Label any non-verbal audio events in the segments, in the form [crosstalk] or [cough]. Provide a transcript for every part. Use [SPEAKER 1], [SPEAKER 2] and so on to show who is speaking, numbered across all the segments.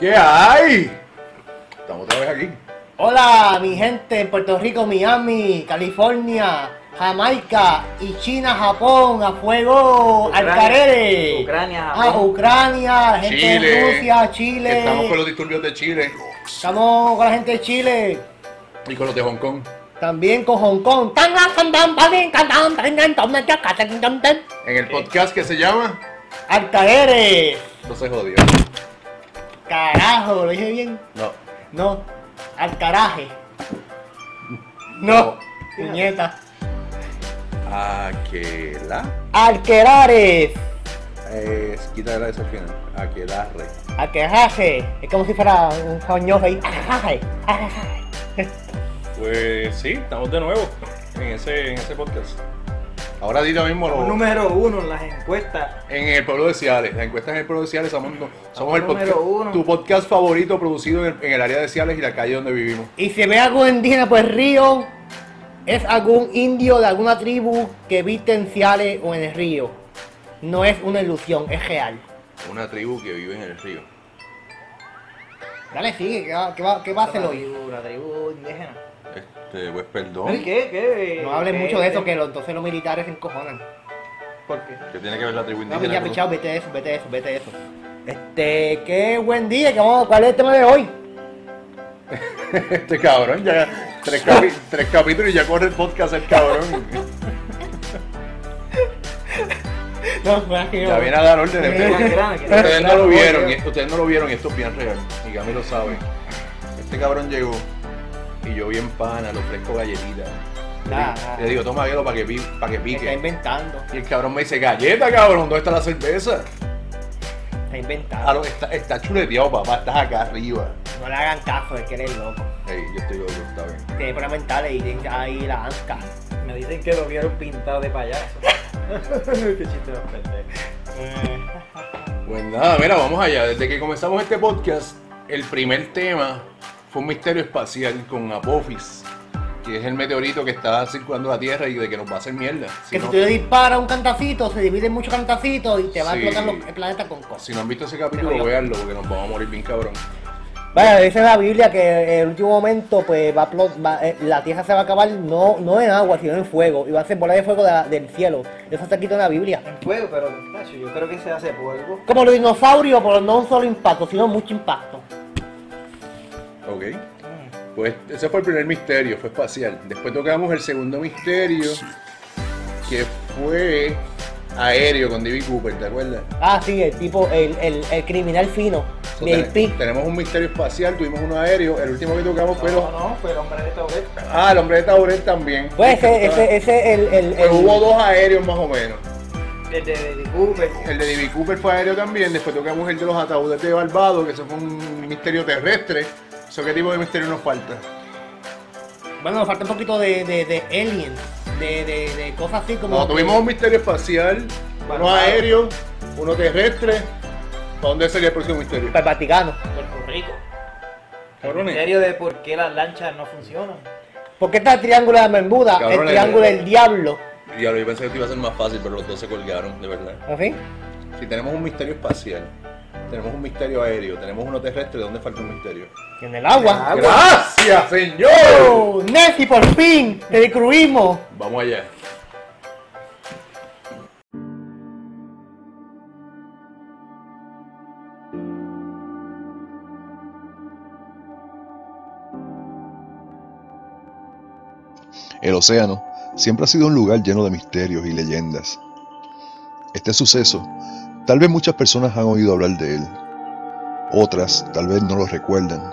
[SPEAKER 1] ¿Qué hay? Estamos otra vez aquí.
[SPEAKER 2] Hola, mi gente en Puerto Rico, Miami, California, Jamaica y China, Japón, a fuego, al
[SPEAKER 3] Ucrania,
[SPEAKER 2] carere.
[SPEAKER 3] Ucrania,
[SPEAKER 2] Ah,
[SPEAKER 3] Japón.
[SPEAKER 2] Ucrania, la gente de
[SPEAKER 1] Chile.
[SPEAKER 2] Rusia, Chile.
[SPEAKER 1] Estamos con los disturbios de Chile
[SPEAKER 2] Estamos con la gente de Chile.
[SPEAKER 1] y con los de Hong Kong.
[SPEAKER 2] También con Hong Kong.
[SPEAKER 1] En el podcast que se llama
[SPEAKER 2] Al carere.
[SPEAKER 1] No se jodió.
[SPEAKER 2] Carajo, lo dije bien.
[SPEAKER 1] No.
[SPEAKER 2] No, al caraje. No, puñeta.
[SPEAKER 1] Aquela.
[SPEAKER 2] Alquerares.
[SPEAKER 1] Eh, quítala ese final. Aquela re.
[SPEAKER 2] Alqueraje. Es como si fuera un coñojo ahí. Ajajaje, ajajaje.
[SPEAKER 4] Pues sí, estamos de nuevo en ese, en ese podcast.
[SPEAKER 1] Ahora di lo mismo. lo-
[SPEAKER 3] número uno en las encuestas.
[SPEAKER 1] En el pueblo de Ciales. La encuesta en el pueblo de Ciales. Somos, no- somos el
[SPEAKER 3] número
[SPEAKER 1] podcast.
[SPEAKER 3] uno.
[SPEAKER 1] Tu podcast favorito producido en el, en el área de Ciales y la calle donde vivimos.
[SPEAKER 2] Y si ve algún indígena, pues río. Es algún indio de alguna tribu que viste en Ciales o en el río. No es una ilusión, es real.
[SPEAKER 1] Una tribu que vive en el río.
[SPEAKER 2] Dale, sigue, ¿qué va, qué va, qué va a hacer
[SPEAKER 3] la
[SPEAKER 2] hoy?
[SPEAKER 3] tribu, la tribu indígena.
[SPEAKER 1] Este, pues
[SPEAKER 3] ¿Qué?
[SPEAKER 1] perdón.
[SPEAKER 3] ¿Qué? Eh,
[SPEAKER 2] No hables
[SPEAKER 1] Eh,
[SPEAKER 3] ¿Qué?
[SPEAKER 2] mucho de eso, que lo- entonces los militares se encojonan.
[SPEAKER 3] ¿Por qué?
[SPEAKER 1] ¿Qué tiene que ver la tribu
[SPEAKER 2] No, pichao, pichao, vete de eso, vete de eso, vete de eso. Este, qué buen día, que vamos, ¿cuál es el tema de hoy?
[SPEAKER 1] Este cabrón ya. Tres, capi- tres capítulos y ya corre el podcast el cabrón.
[SPEAKER 2] No, fue que
[SPEAKER 1] Ya
[SPEAKER 2] [laughs]
[SPEAKER 1] viene a dar órdenes.
[SPEAKER 3] Gran,
[SPEAKER 1] Ustedes,
[SPEAKER 3] gran, gran.
[SPEAKER 1] ustedes no lo vieron, eh. y- ustedes no lo vieron, y esto es bien real. Y Gami lo sabe. Este cabrón llegó y yo bien pana, le ofrezco galletitas. Le
[SPEAKER 2] Nah,
[SPEAKER 1] digo-
[SPEAKER 2] nah.
[SPEAKER 1] Le digo, toma hielo para que, pi- para que
[SPEAKER 2] Está
[SPEAKER 1] pique.
[SPEAKER 2] inventando,
[SPEAKER 1] Y el cabrón me dice, galleta, cabrón, ¿dónde está la cerveza?
[SPEAKER 2] está inventando.
[SPEAKER 1] Claro, está, está chuleteado, papá, estás acá arriba.
[SPEAKER 2] No le hagan caso, es que eres loco.
[SPEAKER 1] Ey, yo estoy loco, está bien.
[SPEAKER 2] Tiene problemas mentales y tiene ahí la anca.
[SPEAKER 3] Me dicen que lo vieron pintado de
[SPEAKER 2] [laughs]
[SPEAKER 3] payaso. qué chiste más pendejo.
[SPEAKER 1] Pues nada, mira, vamos allá. Desde que comenzamos este podcast, el primer tema fue un misterio espacial con Apophis, que es el meteorito que está circulando la Tierra y de que nos va a hacer mierda. Si
[SPEAKER 2] que
[SPEAKER 1] no,
[SPEAKER 2] si tú le disparas un cantacito, se dividen muchos cantacitos y te va a
[SPEAKER 1] Sí.
[SPEAKER 2] explotar los- el planeta con cosas.
[SPEAKER 1] si no han visto ese
[SPEAKER 2] Te
[SPEAKER 1] capítulo,
[SPEAKER 2] jodió.
[SPEAKER 1] véanlo, porque nos vamos a morir bien cabrón.
[SPEAKER 2] Bueno, dice la Biblia que en el último momento pues va a plo- va- eh, la tierra se va a acabar no, no en agua, sino en fuego. Y va a ser bola de fuego de la- del cielo. Eso está escrito en la Biblia.
[SPEAKER 3] En fuego, pero tacho, yo creo que se hace polvo.
[SPEAKER 2] Como los dinosaurios, pero no un solo impacto, sino mucho impacto.
[SPEAKER 1] Ok. Pues ese fue el primer misterio, fue espacial. Después tocamos el segundo misterio, que fue aéreo con Divi Cooper, ¿te acuerdas?
[SPEAKER 2] Ah, sí, el tipo, el, el, el criminal fino,
[SPEAKER 1] So,
[SPEAKER 2] el
[SPEAKER 1] ten-
[SPEAKER 2] VIP.
[SPEAKER 1] tenemos un misterio espacial, tuvimos uno aéreo, el último que tocamos fue los
[SPEAKER 3] No, no, fue el hombre de esta vez.
[SPEAKER 1] Ah, el hombre de Tauret también.
[SPEAKER 2] Pues ese,
[SPEAKER 1] Que
[SPEAKER 2] ese, ese, el, el,
[SPEAKER 1] Pues
[SPEAKER 2] el-
[SPEAKER 1] hubo dos aéreos más o menos.
[SPEAKER 3] El de de Cooper.
[SPEAKER 1] El de Divi Cooper fue aéreo también. Después tocamos el de los ataúdes de Barbados, que eso fue un misterio terrestre. ¿Eso qué tipo de misterio nos falta?
[SPEAKER 2] Bueno, nos falta un poquito de, de, de aliens, de, de, de cosas así como.
[SPEAKER 1] No, tuvimos un misterio espacial, uno
[SPEAKER 3] Barbados.
[SPEAKER 1] aéreo, uno terrestre. ¿Para dónde sería el próximo misterio?
[SPEAKER 2] Para el Vaticano.
[SPEAKER 3] Puerto Rico. En
[SPEAKER 4] Cabrones.
[SPEAKER 3] serio de por qué las lanchas no funcionan.
[SPEAKER 2] ¿Por qué está el triángulo de la Bermuda?
[SPEAKER 1] Cabrones. eh.
[SPEAKER 2] el triángulo del diablo.
[SPEAKER 1] Diablo, yo pensé que iba a ser más fácil, pero los dos se colgaron, de verdad.
[SPEAKER 2] ¿Así?
[SPEAKER 1] Si tenemos un misterio espacial, tenemos un misterio aéreo, tenemos uno terrestre, ¿dónde falta un misterio?
[SPEAKER 2] Y en el agua.
[SPEAKER 1] Ah,
[SPEAKER 3] Agua.
[SPEAKER 1] ¡Gracias, señor!
[SPEAKER 2] ¡Oh! Nessie, por fin! ¡Te destruimos!
[SPEAKER 1] Vamos allá.
[SPEAKER 5] El océano siempre ha sido un lugar lleno de misterios y leyendas. Este suceso, tal vez muchas personas han oído hablar de él. Otras tal vez no lo recuerdan.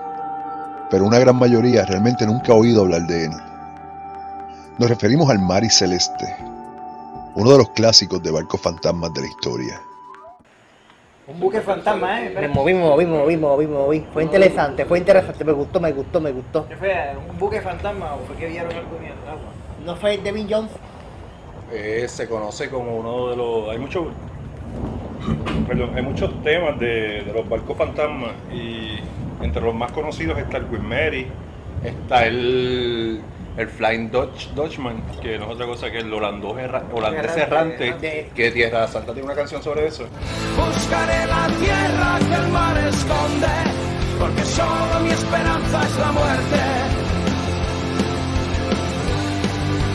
[SPEAKER 5] Pero una gran mayoría realmente nunca ha oído hablar de él. Nos referimos al Maris Celeste, uno de los clásicos de barcos fantasmas de la historia.
[SPEAKER 3] Un buque fantasma,
[SPEAKER 2] Me
[SPEAKER 3] ¿eh?
[SPEAKER 2] moví, me moví, me moví, me moví, me moví. Fue interesante, fue interesante. Me gustó, me gustó, me gustó.
[SPEAKER 3] ¿Qué fue? ¿Un buque fantasma o fue que vieron algo en el agua?
[SPEAKER 2] ¿No fue Devin Jones?
[SPEAKER 1] Eh, se conoce como
[SPEAKER 4] Como uno de los. Hay muchos. Perdón, hay muchos temas de, de los barcos fantasmas y Entre los más conocidos está el Queen Mary,
[SPEAKER 1] Está el, el Flying Dutch.
[SPEAKER 4] Dutchman, que no es otra cosa que el holandés, erra- holandés
[SPEAKER 3] Errante,
[SPEAKER 4] errante,
[SPEAKER 1] Que Tierra Santa tiene una canción sobre eso.
[SPEAKER 6] Buscaré la tierra que el mar esconde, porque solo mi esperanza es la muerte.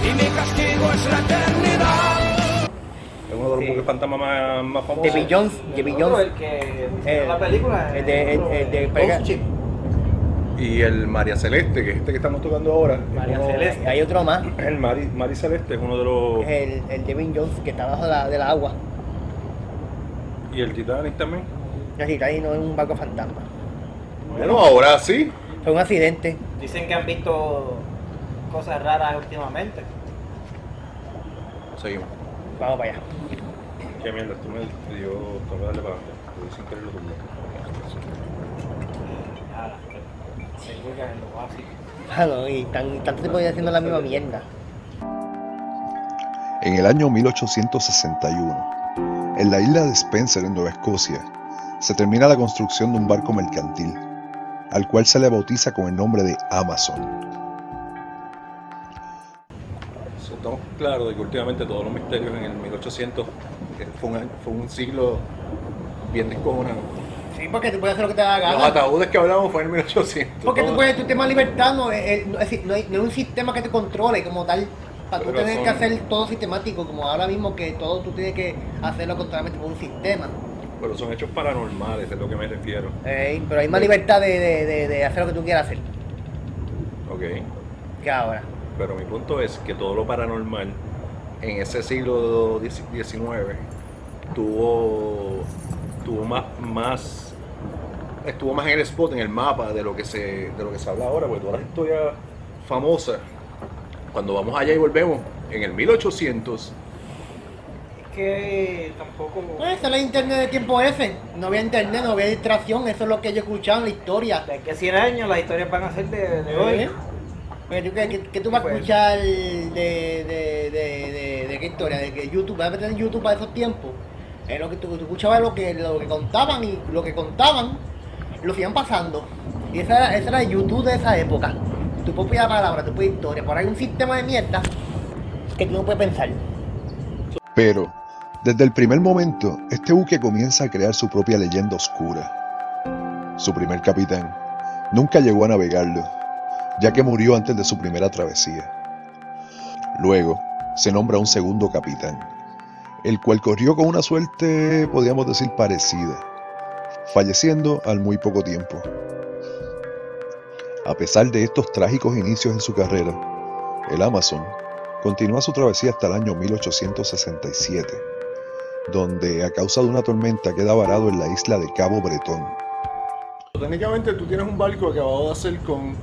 [SPEAKER 6] Y mi castigo es la eternidad.
[SPEAKER 4] es uno de los
[SPEAKER 2] Sí.
[SPEAKER 4] buques fantasma más, más
[SPEAKER 2] De
[SPEAKER 4] famosos.
[SPEAKER 2] Bill Jones, de Bill
[SPEAKER 3] No,
[SPEAKER 2] Jones.
[SPEAKER 3] El que
[SPEAKER 2] Eh,
[SPEAKER 3] la película.
[SPEAKER 2] el de- el- el de-
[SPEAKER 3] Ghost Ship.
[SPEAKER 1] Y el María Celeste, que es este que estamos tocando ahora.
[SPEAKER 2] María
[SPEAKER 3] Uno-
[SPEAKER 2] Celeste. Eh. Hay otro más,
[SPEAKER 4] El Mari, Mari Celeste es uno de los...
[SPEAKER 2] es el, el de Bill Jones, que está bajo la, del agua.
[SPEAKER 4] Y el Titanic también.
[SPEAKER 2] El Titanic no es un barco fantasma.
[SPEAKER 1] Bueno, ahora sí.
[SPEAKER 2] Fue un accidente.
[SPEAKER 3] Dicen que han visto cosas raras últimamente.
[SPEAKER 1] Seguimos.
[SPEAKER 2] Vamos para allá.
[SPEAKER 4] Qué mierda, tú me me dio... Tengo que darle para adelante. Lo di sin querer lo tumbé.
[SPEAKER 3] Nada, Ah, se juzgan en lo básico.
[SPEAKER 2] Claro, y tan, tanto tiempo ya haciendo la misma mierda.
[SPEAKER 5] En el año 1861, en la isla de Spencer, en Nueva Escocia, se termina la construcción de un barco mercantil, al cual se le bautiza con el nombre de Amazon.
[SPEAKER 4] So, Estamos claros de que últimamente todos los misterios en el 1800
[SPEAKER 1] Eh, Fue un, año- fue un siglo bien descojonado.
[SPEAKER 2] Sí, porque tú puedes hacer lo que te da
[SPEAKER 1] Los ataúdes que hablamos fue en 1800.
[SPEAKER 2] Porque tú
[SPEAKER 1] ¿no?
[SPEAKER 2] puedes, tu tema libertad no es, es- eh, no, es decir, no hay, no hay un sistema que te controle como tal. Para tú
[SPEAKER 4] Pero
[SPEAKER 2] tener
[SPEAKER 4] son-
[SPEAKER 2] que hacer todo sistemático, como ahora mismo que todo tú tienes que hacerlo contrariamente por un sistema.
[SPEAKER 4] Pero son hechos paranormales, es a lo que me refiero.
[SPEAKER 2] Ey, pero hay más libertad de, de- de- de hacer lo que tú quieras hacer
[SPEAKER 4] Ok.
[SPEAKER 2] que ahora.
[SPEAKER 4] Pero mi punto es que todo lo paranormal
[SPEAKER 1] En ese siglo XIX.
[SPEAKER 4] tuvo, tuvo más, más
[SPEAKER 1] estuvo más en el spot, en el mapa de lo que se, de lo que se habla ahora, porque todas las historias famosas, cuando vamos allá y volvemos, en el 1800,
[SPEAKER 3] Es que tampoco.
[SPEAKER 2] Pues esa es la internet de tiempo ese. No había internet, no había distracción. Eso es lo que yo escuchaba en la historia.
[SPEAKER 3] De aquí a 100 años las historias van a ser de, de
[SPEAKER 2] ¿Eh?
[SPEAKER 3] hoy.
[SPEAKER 2] Pero tú, ¿qué, qué- qué tú vas a
[SPEAKER 3] Pues-
[SPEAKER 2] escuchar de, de, de, de, de qué historia? ¿De que YouTube? ¿Vas a meter en YouTube para esos tiempos? Es lo que tú, tú escuchabas lo que, lo que contaban y lo que contaban lo que iban pasando. Y esa era, esa era el YouTube de esa época. Tu propia palabra, tu propia historia. Por ahí hay un sistema de mierda que tú no puedes pensar.
[SPEAKER 5] Pero, desde el primer momento, este buque comienza a crear su propia leyenda oscura. Su primer capitán nunca llegó a navegarlo, ya que murió antes de su primera travesía. Luego, se nombra un segundo capitán, el cual corrió con una suerte, podríamos decir, parecida, falleciendo al muy poco tiempo. A pesar de estos trágicos inicios en su carrera, el Amazon continúa su travesía hasta el año 1867, donde a causa de una tormenta queda varado en la isla de Cabo Bretón.
[SPEAKER 1] técnicamente tú tienes un barco acabado de hacer con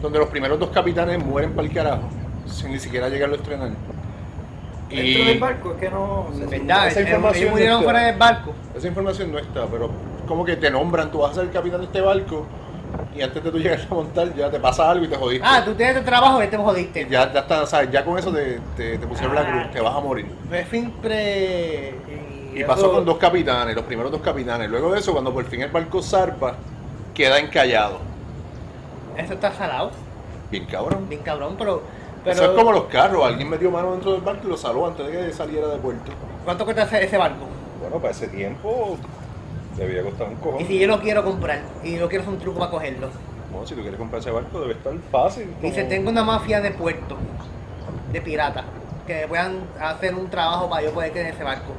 [SPEAKER 1] donde los primeros dos capitanes mueren para el carajo, sin ni siquiera llegarlo a estrenar.
[SPEAKER 3] Dentro del
[SPEAKER 1] Y
[SPEAKER 3] barco es que no. se-
[SPEAKER 2] ¿Verdad?
[SPEAKER 1] Esa
[SPEAKER 2] Ellos-
[SPEAKER 1] información
[SPEAKER 2] ellos murieron
[SPEAKER 1] no está.
[SPEAKER 2] fuera del barco.
[SPEAKER 1] esa información no está, pero como que te nombran, tú vas a ser el capitán de este barco y antes de tú llegar a montar ya te pasa algo y te jodiste.
[SPEAKER 2] Ah, tú tienes tu trabajo, este te jodiste.
[SPEAKER 1] ya, ya está, ¿sabes? ya con eso te, te, te pusieron la cruz, te vas a morir.
[SPEAKER 2] Es siempre...
[SPEAKER 3] Ah.
[SPEAKER 2] eh,
[SPEAKER 3] Y,
[SPEAKER 1] Y pasó
[SPEAKER 3] eso-
[SPEAKER 1] con dos capitanes, los primeros dos capitanes. Luego de eso, cuando por fin el barco zarpa, queda encallado.
[SPEAKER 2] Eso está salado.
[SPEAKER 1] Bien cabrón.
[SPEAKER 2] Bien cabrón, pero... pero
[SPEAKER 1] Eso es como los carros. Alguien metió mano dentro del barco y lo salvó antes de que saliera de puerto.
[SPEAKER 2] ¿Cuánto cuesta ese, ese barco?
[SPEAKER 4] Bueno, para ese tiempo debía costar un
[SPEAKER 2] Y
[SPEAKER 4] cojón.
[SPEAKER 2] si yo lo quiero comprar y yo quiero hacer un truco para cogerlo.
[SPEAKER 4] Bueno, si tú quieres comprar ese barco debe estar fácil.
[SPEAKER 2] Y si
[SPEAKER 4] como-
[SPEAKER 2] tengo una mafia de puerto, de piratas, que me puedan hacer un trabajo para yo poder tener
[SPEAKER 3] [laughs]
[SPEAKER 2] ese barco.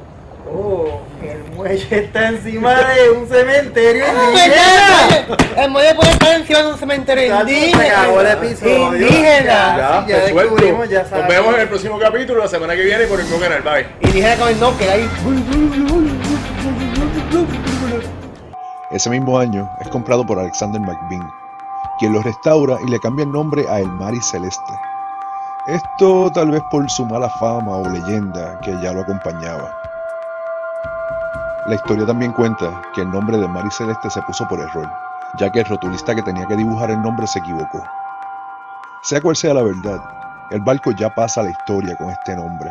[SPEAKER 3] Oh, el muelle está encima de un cementerio
[SPEAKER 2] [laughs]
[SPEAKER 3] indígena.
[SPEAKER 2] El muelle puede estar encima de un cementerio
[SPEAKER 3] Santo, se acabó el episodio.
[SPEAKER 2] Indígena.
[SPEAKER 3] Ya, ya
[SPEAKER 1] resuelto.
[SPEAKER 3] descubrimos, ya
[SPEAKER 1] Nos
[SPEAKER 3] sabemos.
[SPEAKER 1] vemos en el próximo capítulo, la semana que viene, por el mismo canal. Bye.
[SPEAKER 2] Y dijera con el no, que ahí.
[SPEAKER 5] Ese mismo año es comprado por Alexander McBean, quien lo restaura y le cambia el nombre a El Mar y Celeste. Esto tal vez por su mala fama o leyenda que ya lo acompañaba. La historia también cuenta que el nombre de Mar y Celeste se puso por error, ya que el rotulista que tenía que dibujar el nombre se equivocó. Sea cual sea la verdad, el barco ya pasa a la historia con este nombre.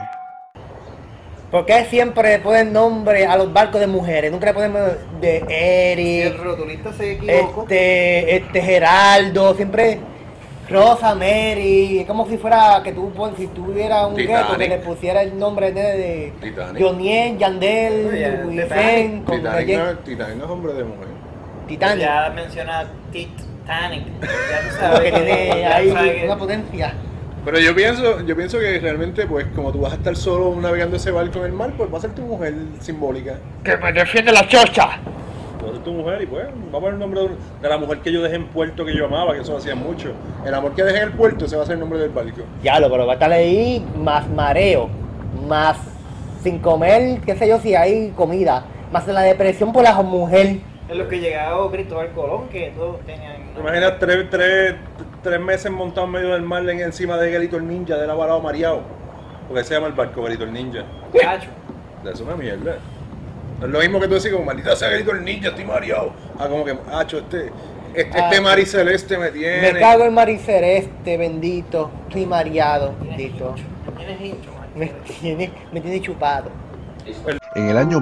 [SPEAKER 2] ¿Por qué siempre le ponen nombre a los barcos de mujeres? Nunca le ponen de
[SPEAKER 3] Si el
[SPEAKER 2] Eric,
[SPEAKER 3] rotulista se equivocó.
[SPEAKER 2] este, este Geraldo, siempre Rosa, Mary. Es como si fuera que tú, pon- si tuviera un
[SPEAKER 1] Titanic.
[SPEAKER 2] gueto que le pusiera el nombre al nene de
[SPEAKER 1] Titanic.
[SPEAKER 2] Joniel, Yandel,
[SPEAKER 3] Oye,
[SPEAKER 2] Luisen,
[SPEAKER 3] Titanic.
[SPEAKER 2] como
[SPEAKER 1] Titanic,
[SPEAKER 2] Reyes-
[SPEAKER 1] no, es- Titanic no es hombre de mujer.
[SPEAKER 2] Titanic.
[SPEAKER 3] Ya menciona Titanic.
[SPEAKER 2] [laughs]
[SPEAKER 3] Ya tú
[SPEAKER 2] Como
[SPEAKER 3] sabes
[SPEAKER 2] que tiene
[SPEAKER 3] ya sabes
[SPEAKER 2] ahí
[SPEAKER 3] que-
[SPEAKER 2] una potencia.
[SPEAKER 1] Pero yo pienso, yo pienso que realmente, pues, como tú vas a estar solo navegando ese barco en el mar, pues va a ser tu mujer simbólica.
[SPEAKER 2] Que me defiende la chocha.
[SPEAKER 4] Tú eres tu mujer y pues, vamos a poner el nombre de- de la mujer que yo dejé en puerto que yo amaba, que eso hacía mucho. El amor que dejé en el puerto, se va a hacer el nombre del barco.
[SPEAKER 2] Diablo, pero va a estar ahí más mareo, más sin comer, qué sé yo, si hay comida, más la depresión por la mujer.
[SPEAKER 3] Es lo que llegaba Cristóbal Colón, que todos tenían.
[SPEAKER 4] ¿Te imaginas tres, tres, tres meses montado en medio del mar en- encima de Galito el Ninja, del avalado mareado? Porque se llama el barco Galito el Ninja.
[SPEAKER 3] Cacho.
[SPEAKER 4] Es una mierda. Es lo mismo que tú decís, como maldita sea Galito el Ninja, estoy mareado. Ah, como que, hacho, este, este,
[SPEAKER 2] Ah.
[SPEAKER 4] este mar y celeste me tiene.
[SPEAKER 2] Me cago en mariceleste, bendito, estoy mareado, bendito.
[SPEAKER 3] Tienes hincho, man.
[SPEAKER 2] Me tiene, me tiene chupado.
[SPEAKER 5] En el año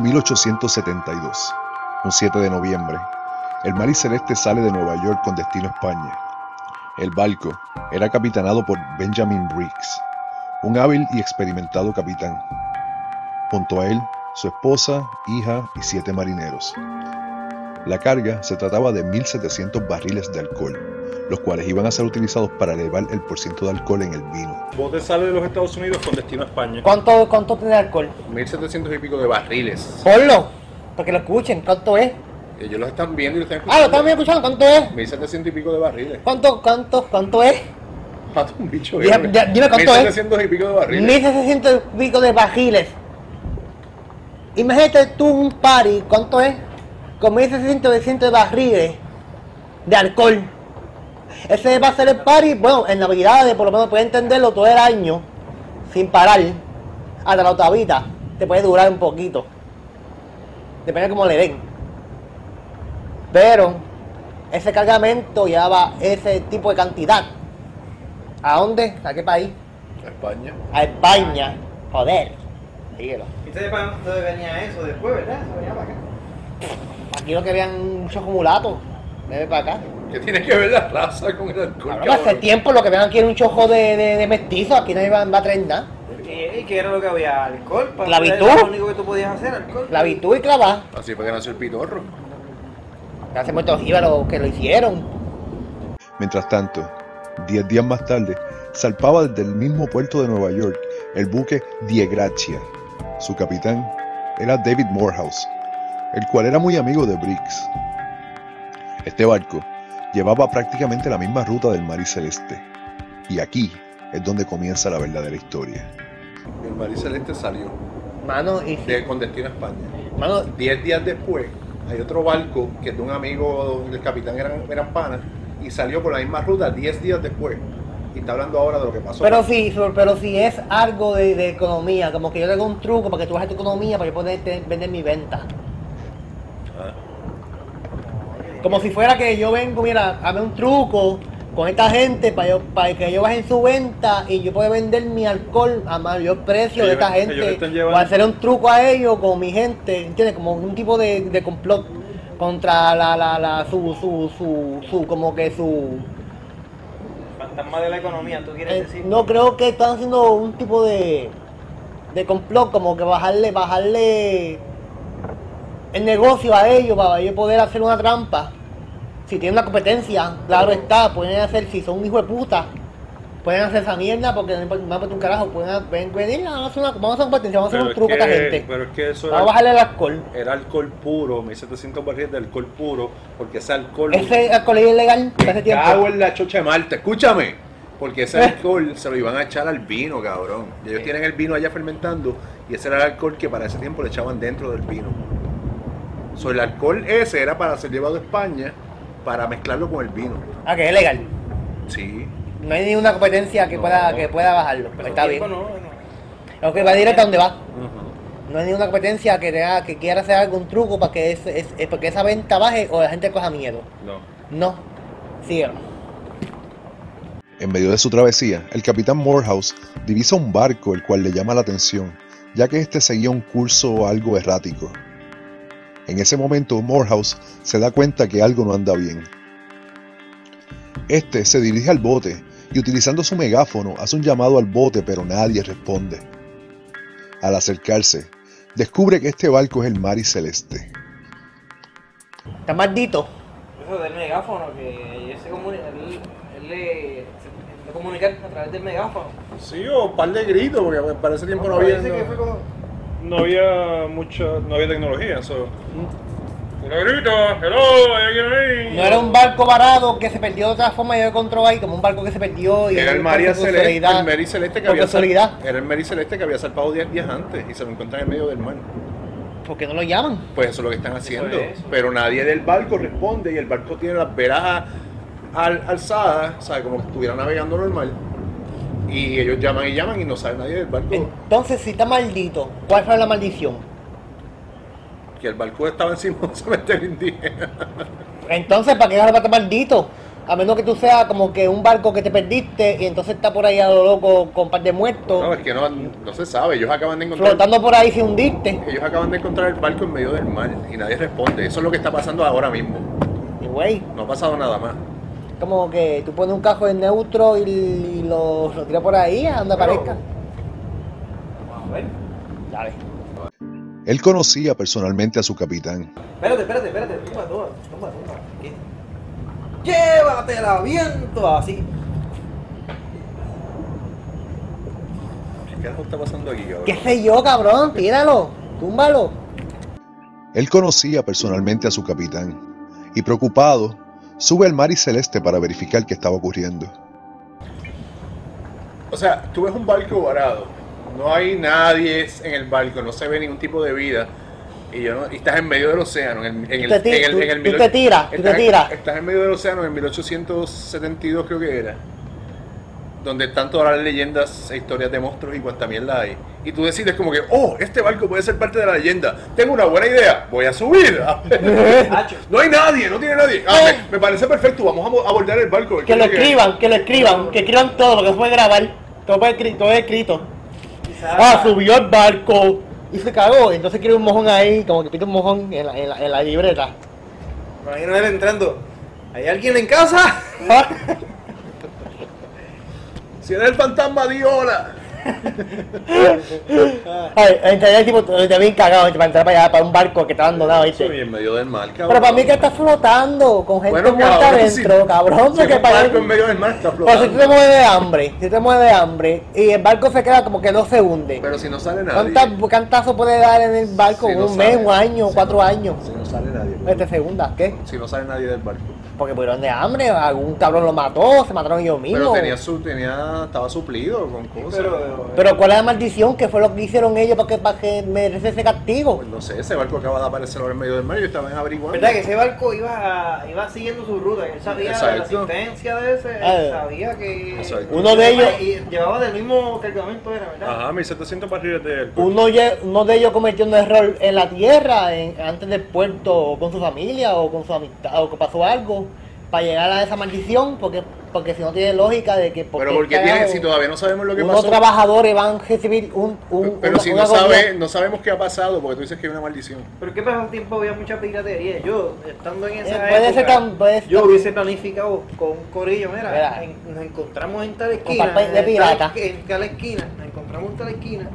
[SPEAKER 5] 1872, un 7 de noviembre, el Mar Celeste sale de Nueva York con destino a España. El barco era capitanado por Benjamin Briggs, un hábil y experimentado capitán. Junto a él, su esposa, hija y siete marineros. La carga se trataba de 1.700 barriles de alcohol, los cuales iban a ser utilizados para elevar el porcentaje de alcohol en el vino.
[SPEAKER 4] Bote sale de los Estados Unidos con destino a España.
[SPEAKER 2] ¿Cuánto, cuánto tiene de alcohol?
[SPEAKER 1] 1700 y pico de barriles.
[SPEAKER 2] Ponlo, para que lo escuchen, ¿cuánto es?
[SPEAKER 1] Ellos lo están viendo y lo están
[SPEAKER 2] Ah, lo
[SPEAKER 1] escuchando.
[SPEAKER 2] estamos escuchando, ¿cuánto es?
[SPEAKER 1] 1700 y pico de barriles. [laughs]
[SPEAKER 2] ¿Cuánto, cuánto, cuánto es?
[SPEAKER 1] Mata un bicho,
[SPEAKER 2] Dime-
[SPEAKER 1] güey.
[SPEAKER 2] ya- dime cuánto es.
[SPEAKER 1] 1700 y pico de barriles.
[SPEAKER 2] 1600 y pico de barriles. Imagínate tú un party, ¿cuánto es? Con 1600 de ciento de barriles de alcohol. Ese va a ser el party, bueno, en Navidades, por lo menos puedes entenderlo todo el año, sin parar, hasta la octavita. Te puede durar un poquito. Depende de cómo le den. Pero ese cargamento llevaba ese tipo de cantidad. ¿A dónde? ¿A qué país?
[SPEAKER 1] España.
[SPEAKER 2] a España. Joder. Dígelo.
[SPEAKER 3] ¿Y ustedes para dónde venía eso después, verdad? Eso venía para acá.
[SPEAKER 2] Aquí lo que vean muchos mulatos. Bebe para acá.
[SPEAKER 1] ¿Qué tiene que ver la raza con el alcohol?
[SPEAKER 2] Cabrón, hace
[SPEAKER 1] cabrón?
[SPEAKER 2] tiempo lo que vean aquí era un chojo de, de, de mestizos. Aquí nadie va, va a traer nada.
[SPEAKER 3] ¿Y y qué era lo que había? ¿Alcohol? Para
[SPEAKER 2] Clavitud.
[SPEAKER 3] era Lo único que tú podías hacer, alcohol.
[SPEAKER 2] Clavitud y clavá.
[SPEAKER 1] Así fue que nació el pitorro.
[SPEAKER 2] Hace muchos íbaros que lo hicieron.
[SPEAKER 5] Mientras tanto, 10 días más tarde, salpaba desde el mismo puerto de Nueva York el buque Die Grazia. Su capitán era David Morehouse, el cual era muy amigo de Briggs. Este barco llevaba prácticamente la misma ruta del mar y celeste. Y aquí es donde comienza la verdadera historia.
[SPEAKER 1] El mar y celeste salió
[SPEAKER 2] Mano, y si-
[SPEAKER 1] de- con destino a España.
[SPEAKER 2] mano,
[SPEAKER 1] Diez días después, hay otro barco que es de un amigo del capitán eran, eran panas y salió por la misma ruta diez días después. Y está hablando ahora de lo que pasó.
[SPEAKER 2] pero si, pero si es algo de, de economía, como que yo tengo un truco para que tú bajes tu economía para yo poder te- vender mi venta.
[SPEAKER 4] Ah.
[SPEAKER 2] Como si fuera que yo vengo, mira, hazme un truco con esta gente para yo, para que ellos bajen su venta y yo pueda vender mi alcohol a mayor precio de
[SPEAKER 4] Ellos-
[SPEAKER 2] esta
[SPEAKER 4] ellos
[SPEAKER 2] gente.
[SPEAKER 4] están llevando-
[SPEAKER 2] O hacer un truco a ellos con mi gente, ¿entiendes? Como un tipo de, de complot contra la, la, la, su, su, su, su, como que su...
[SPEAKER 3] Fantasma de la economía, tú quieres
[SPEAKER 2] eh,
[SPEAKER 3] decir.
[SPEAKER 2] no creo que están haciendo un tipo de, de complot, como que bajarle, bajarle el negocio a ellos para ellos poder hacer una trampa. Si tienen una competencia, claro está, pueden hacer, si son un hijo de puta, pueden hacer esa mierda porque no importa no importa un carajo, pueden ven- venir, vamos a hacer una, vamos a hacer una competencia, vamos a hacer un
[SPEAKER 4] es
[SPEAKER 2] truco a esta
[SPEAKER 4] que-
[SPEAKER 2] gente.
[SPEAKER 4] pero es que eso
[SPEAKER 2] Vamos a
[SPEAKER 4] era,
[SPEAKER 2] bajarle el alcohol.
[SPEAKER 4] era alcohol puro, 1700 barriles de alcohol puro, porque ese alcohol.
[SPEAKER 2] Ese alcohol es ilegal desde hace
[SPEAKER 1] Me
[SPEAKER 2] tiempo.
[SPEAKER 1] cago en la chocha de Marta. Escúchame. Porque ese alcohol se lo iban a echar al vino, cabrón. Y ellos tienen el vino allá fermentando y ese era el alcohol que para ese tiempo le echaban dentro del vino. So, el alcohol ese era para ser llevado a España para mezclarlo con el vino.
[SPEAKER 2] Ah, que es legal.
[SPEAKER 1] Sí.
[SPEAKER 2] No hay ninguna competencia que,
[SPEAKER 4] No.
[SPEAKER 2] pueda, que pueda bajarlo.
[SPEAKER 3] Pero
[SPEAKER 2] está bien.
[SPEAKER 3] tiempo No, no.
[SPEAKER 2] Lo que va directo a donde va.
[SPEAKER 4] Ujú.
[SPEAKER 2] No hay ninguna competencia que, tenga- que quiera hacer algún truco para que, es, es- es- para que esa venta baje o la gente coja miedo.
[SPEAKER 4] No.
[SPEAKER 2] No. Síguelo.
[SPEAKER 5] En medio de su travesía, el capitán Morehouse divisa un barco el cual le llama la atención, ya que este seguía un curso algo errático. En ese momento, Morehouse se da cuenta que algo no anda bien. Este se dirige al bote y utilizando su megáfono hace un llamado al bote, pero nadie responde. Al acercarse, descubre que este barco es el Mari Celeste.
[SPEAKER 2] Está maldito.
[SPEAKER 7] Eso del megáfono, que él se comunica, él, él le, se- le comunica a través del megáfono.
[SPEAKER 4] Sí, o un par de gritos, porque para ese tiempo no, había.
[SPEAKER 3] Parece que fue como...
[SPEAKER 4] no había mucha, no había tecnología, eso. Una grita, hello, hay alguien ahí.
[SPEAKER 2] No era un barco varado que se perdió de otra forma y de control ahí, como un barco que se perdió y
[SPEAKER 1] Era el María
[SPEAKER 2] por
[SPEAKER 1] Celeste,
[SPEAKER 2] casualidad-
[SPEAKER 1] el Mary Celeste que
[SPEAKER 2] por
[SPEAKER 1] había sal-
[SPEAKER 2] casualidad,
[SPEAKER 1] Era el Mary Celeste que había salpado 10 días antes y se lo encuentran en medio del mar.
[SPEAKER 2] ¿por qué no lo llaman?
[SPEAKER 1] Pues eso es lo que están haciendo.
[SPEAKER 7] es eso.
[SPEAKER 1] Pero nadie del barco responde y el barco tiene las velas al- alzadas, o sea, como que estuviera navegando normal. Y ellos llaman y llaman y no sabe nadie del barco.
[SPEAKER 2] Entonces, si está maldito, ¿cuál fue la maldición?
[SPEAKER 1] Que el barco estaba encima [laughs] de un cementerio indígena.
[SPEAKER 2] Entonces, ¿para qué vas a estar maldito? A menos que tú seas como que un barco que te perdiste y entonces está por ahí a lo loco con un par de muertos,
[SPEAKER 1] No, es que no, no se sabe. Ellos acaban de encontrar.
[SPEAKER 2] flotando por ahí sin hundirte.
[SPEAKER 1] Ellos acaban de encontrar el barco en medio del mar y nadie responde. Eso es lo que está pasando ahora mismo.
[SPEAKER 2] Y güey,
[SPEAKER 1] No ha pasado nada más.
[SPEAKER 2] como que tú pones un cajo en neutro y, y lo, lo tiras por ahí a donde
[SPEAKER 4] Pero-
[SPEAKER 2] aparezca.
[SPEAKER 7] Vamos a ver.
[SPEAKER 2] Dale.
[SPEAKER 5] Él conocía personalmente a su capitán.
[SPEAKER 7] Espérate, espérate, espérate. Toma, toma, toma, toma. ¿Qué? Llévatela, viento, así.
[SPEAKER 1] ¿Qué carajo está pasando aquí, cabrón?
[SPEAKER 2] ¿Qué sé yo, cabrón? Tíralo, túmbalo.
[SPEAKER 5] Él conocía personalmente a su capitán y preocupado, sube al Mari Celeste para verificar qué estaba ocurriendo.
[SPEAKER 1] O sea, tú ves un barco varado, no hay nadie en el barco, no se ve ningún tipo de vida. Y, yo no- y estás en medio del océano, en el, en el,
[SPEAKER 2] Tú te ti-
[SPEAKER 1] en el- en el
[SPEAKER 2] tú- tú
[SPEAKER 1] 18
[SPEAKER 2] te tiras, tú te
[SPEAKER 1] estás en-
[SPEAKER 2] tiras.
[SPEAKER 1] Estás en medio del océano en el 1872 creo que era, donde están todas las leyendas e historias de monstruos y cuanta mierda hay. Y tú decides como que, oh, este barco puede ser parte de la leyenda. Tengo una buena idea, voy a subir. [laughs]
[SPEAKER 7] Hacho.
[SPEAKER 1] no hay nadie, no tiene nadie. Ah, me- me, parece perfecto, vamos a mo- abordar el barco.
[SPEAKER 2] Que lo escriban, que lo escriban, que escriban todo lo que fue grabar. Todo fue escri- todo es escrito.
[SPEAKER 7] Quizás.
[SPEAKER 2] Ah, subió el barco. Y se cagó. Entonces quiere un mojón ahí, como que pide un mojón en la, en la- en la libreta.
[SPEAKER 3] Imagino él entrando. ¿Hay alguien en casa?
[SPEAKER 1] Ah. Si eres el fantasma, di hola.
[SPEAKER 2] [laughs] Ay, entraría el tipo, está bien cagado, para entrar para allá, para un barco que está abandonado,
[SPEAKER 1] Soy
[SPEAKER 2] ¿viste?
[SPEAKER 1] en medio del mar, cabrón.
[SPEAKER 2] Pero para mí que está flotando, con gente
[SPEAKER 1] Bueno,
[SPEAKER 2] muerta
[SPEAKER 1] cabrón,
[SPEAKER 2] adentro,
[SPEAKER 1] sí.
[SPEAKER 2] cabrón,
[SPEAKER 1] Si
[SPEAKER 2] porque
[SPEAKER 1] un
[SPEAKER 2] para
[SPEAKER 1] barco en medio del mar está
[SPEAKER 2] Pero si tú te
[SPEAKER 1] flotando.
[SPEAKER 2] mueves de hambre, si te mueves de hambre, y el barco se queda como que no se hunde.
[SPEAKER 1] Pero si no sale nadie.
[SPEAKER 2] ¿Cuántas cantazo puede dar en el barco?
[SPEAKER 1] Si no
[SPEAKER 2] un mes,
[SPEAKER 1] sale-
[SPEAKER 2] un año,
[SPEAKER 1] si
[SPEAKER 2] cuatro
[SPEAKER 1] no-
[SPEAKER 2] años.
[SPEAKER 1] Si no sale nadie. güey.
[SPEAKER 2] Este segunda, ¿qué?
[SPEAKER 1] Si no sale nadie del barco.
[SPEAKER 2] Porque murieron de hambre, algún cabrón lo mató, se mataron ellos
[SPEAKER 1] Pero
[SPEAKER 2] mismos.
[SPEAKER 1] tenía su, tenía, estaba suplido con cosas.
[SPEAKER 4] Pero,
[SPEAKER 2] Pero ¿cuál es la maldición? ¿Qué fue lo que hicieron ellos para que, para que merece ese castigo?
[SPEAKER 1] Pues no sé, ese barco acaba de aparecer ahora en medio del mar y yo estaba averiguando.
[SPEAKER 3] ¿Verdad que ese barco iba, a- iba siguiendo su ruta? Él sabía de la
[SPEAKER 1] Exacto.
[SPEAKER 3] asistencia de ese,
[SPEAKER 2] Ah.
[SPEAKER 3] él sabía que...
[SPEAKER 1] Exacto.
[SPEAKER 2] Uno de ellos-
[SPEAKER 3] Y llevaba del mismo cargamento, era, ¿verdad?
[SPEAKER 4] Ajá, 1700 barriles de alcohol.
[SPEAKER 2] Uno, ye- uno de ellos cometió un error en la tierra, en- antes del puerto, o con su familia, o con su amistad, o que pasó algo, para llegar a esa maldición, porque, porque si no tiene lógica de que...
[SPEAKER 1] Pero porque tiene, si todavía no sabemos lo que
[SPEAKER 2] unos
[SPEAKER 1] pasó.
[SPEAKER 2] trabajadores van a recibir un... un
[SPEAKER 1] pero
[SPEAKER 2] una-
[SPEAKER 1] si
[SPEAKER 2] una
[SPEAKER 1] no, sabe,
[SPEAKER 2] comida-
[SPEAKER 1] no sabemos qué ha pasado, porque tú dices que hay una maldición.
[SPEAKER 3] Pero qué pasó un tiempo, había mucha piratería. Yo, estando en esa
[SPEAKER 2] Eh, puede ser
[SPEAKER 3] época,
[SPEAKER 2] tan- puede ser
[SPEAKER 3] yo
[SPEAKER 2] tan-
[SPEAKER 3] hubiese planificado con un corillo, mira,
[SPEAKER 2] Mira.
[SPEAKER 3] en- nos encontramos en tal
[SPEAKER 2] Con
[SPEAKER 3] esquina.
[SPEAKER 2] papel de
[SPEAKER 3] en tal
[SPEAKER 2] pirata.
[SPEAKER 3] esqui- en tal esquina, nos encontramos en tal esquina.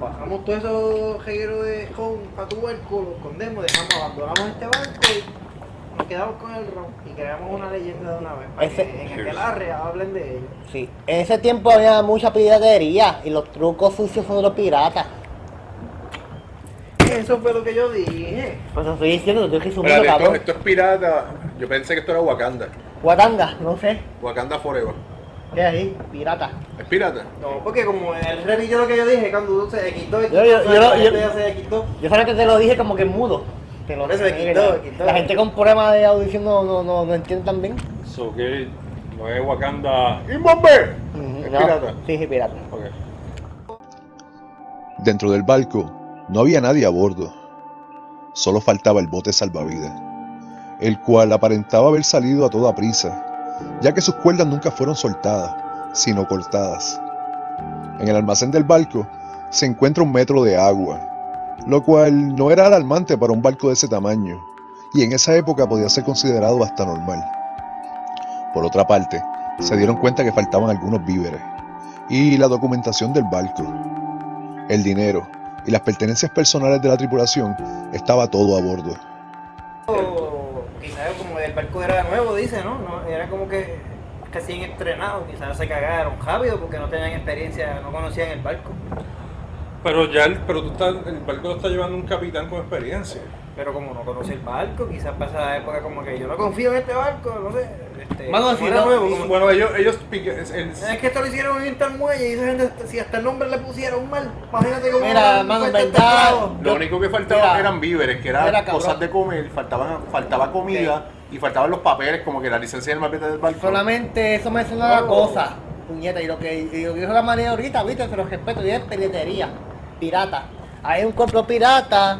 [SPEAKER 3] Bajamos todos esos regueros de con para tu barco, los escondemos, dejamos, abandonamos este barco y nos quedamos con el ron y creamos una leyenda de una vez. Para
[SPEAKER 2] Ese-
[SPEAKER 3] que en aquel arre hablen de ellos.
[SPEAKER 2] Sí, en ese tiempo había mucha piratería y los trucos sucios son de los piratas.
[SPEAKER 3] Eso fue lo que yo dije.
[SPEAKER 2] Pues te estoy diciendo, te estoy resumiendo,
[SPEAKER 1] Espérate, esto,
[SPEAKER 2] cabrón.
[SPEAKER 1] esto es pirata. Yo pensé que esto era Wakanda.
[SPEAKER 2] Guatanga, no sé.
[SPEAKER 1] Wakanda Forever.
[SPEAKER 2] ¿Qué es ahí? Pirata.
[SPEAKER 1] ¿Es pirata?
[SPEAKER 3] No, porque como él repitió lo que yo dije, cuando tú se X2,
[SPEAKER 2] Yo- yo- yo- yo-
[SPEAKER 3] se X2.
[SPEAKER 2] Yo sabía que te lo dije como que mudo. Te lo
[SPEAKER 3] Por eso me
[SPEAKER 2] dije.
[SPEAKER 3] quitó, me quitó.
[SPEAKER 2] La gente con problemas de audición no, no, no, no entiende tan bien.
[SPEAKER 4] So que no es Wakanda.
[SPEAKER 1] ¡Imbombe!
[SPEAKER 2] Ujú,
[SPEAKER 1] ¿Es
[SPEAKER 2] no.
[SPEAKER 1] pirata?
[SPEAKER 2] Sí, sí, pirata.
[SPEAKER 1] Ok.
[SPEAKER 5] Dentro del barco no había nadie a bordo. Solo faltaba el bote salvavidas, el cual aparentaba haber salido a toda prisa, ya que sus cuerdas nunca fueron soltadas, sino cortadas. En el almacén del barco se encuentra un metro de agua, lo cual no era alarmante para un barco de ese tamaño, y en esa época podía ser considerado hasta normal. Por otra parte, se dieron cuenta que faltaban algunos víveres, y la documentación del barco. El dinero y las pertenencias personales de la tripulación estaba todo a bordo.
[SPEAKER 7] O quizás como el barco era nuevo, dice, ¿no? No, Era como que recién estrenado, quizás se cagaron rápido porque no tenían experiencia, no conocían el barco.
[SPEAKER 4] Pero ya el, pero tú estás, el barco lo está llevando un capitán con experiencia.
[SPEAKER 7] Pero como no conoce el barco, quizás pasa la época como que yo no confío en este barco, no sé. Este,
[SPEAKER 2] Mano,
[SPEAKER 7] como
[SPEAKER 2] si
[SPEAKER 7] era
[SPEAKER 2] no-
[SPEAKER 7] nuevo,
[SPEAKER 2] y-
[SPEAKER 7] como-
[SPEAKER 4] Bueno, ellos, ellos pique- es- el-
[SPEAKER 7] es que esto lo hicieron en tal muelle y esa gente, hasta- si hasta el nombre le pusieron mal, imagínate cómo.
[SPEAKER 2] Mira,
[SPEAKER 7] cómo
[SPEAKER 2] mano, en
[SPEAKER 7] fue este
[SPEAKER 2] verdad,
[SPEAKER 7] trabajo.
[SPEAKER 1] Lo
[SPEAKER 2] Yo-
[SPEAKER 1] único que faltaban
[SPEAKER 2] mira,
[SPEAKER 1] eran víveres, que eran
[SPEAKER 2] mira, cabrón.
[SPEAKER 1] cosas de comer, faltaban, faltaba comida y faltaban los papeles, como que la licencia del malvete del barco.
[SPEAKER 2] Solamente eso me suena a la
[SPEAKER 7] Oh.
[SPEAKER 2] cosa, puñeta. Y lo que, y lo que dijo la manera ahorita, viste, se los respeto, y es piratería, pirata. Hay un cuerpo pirata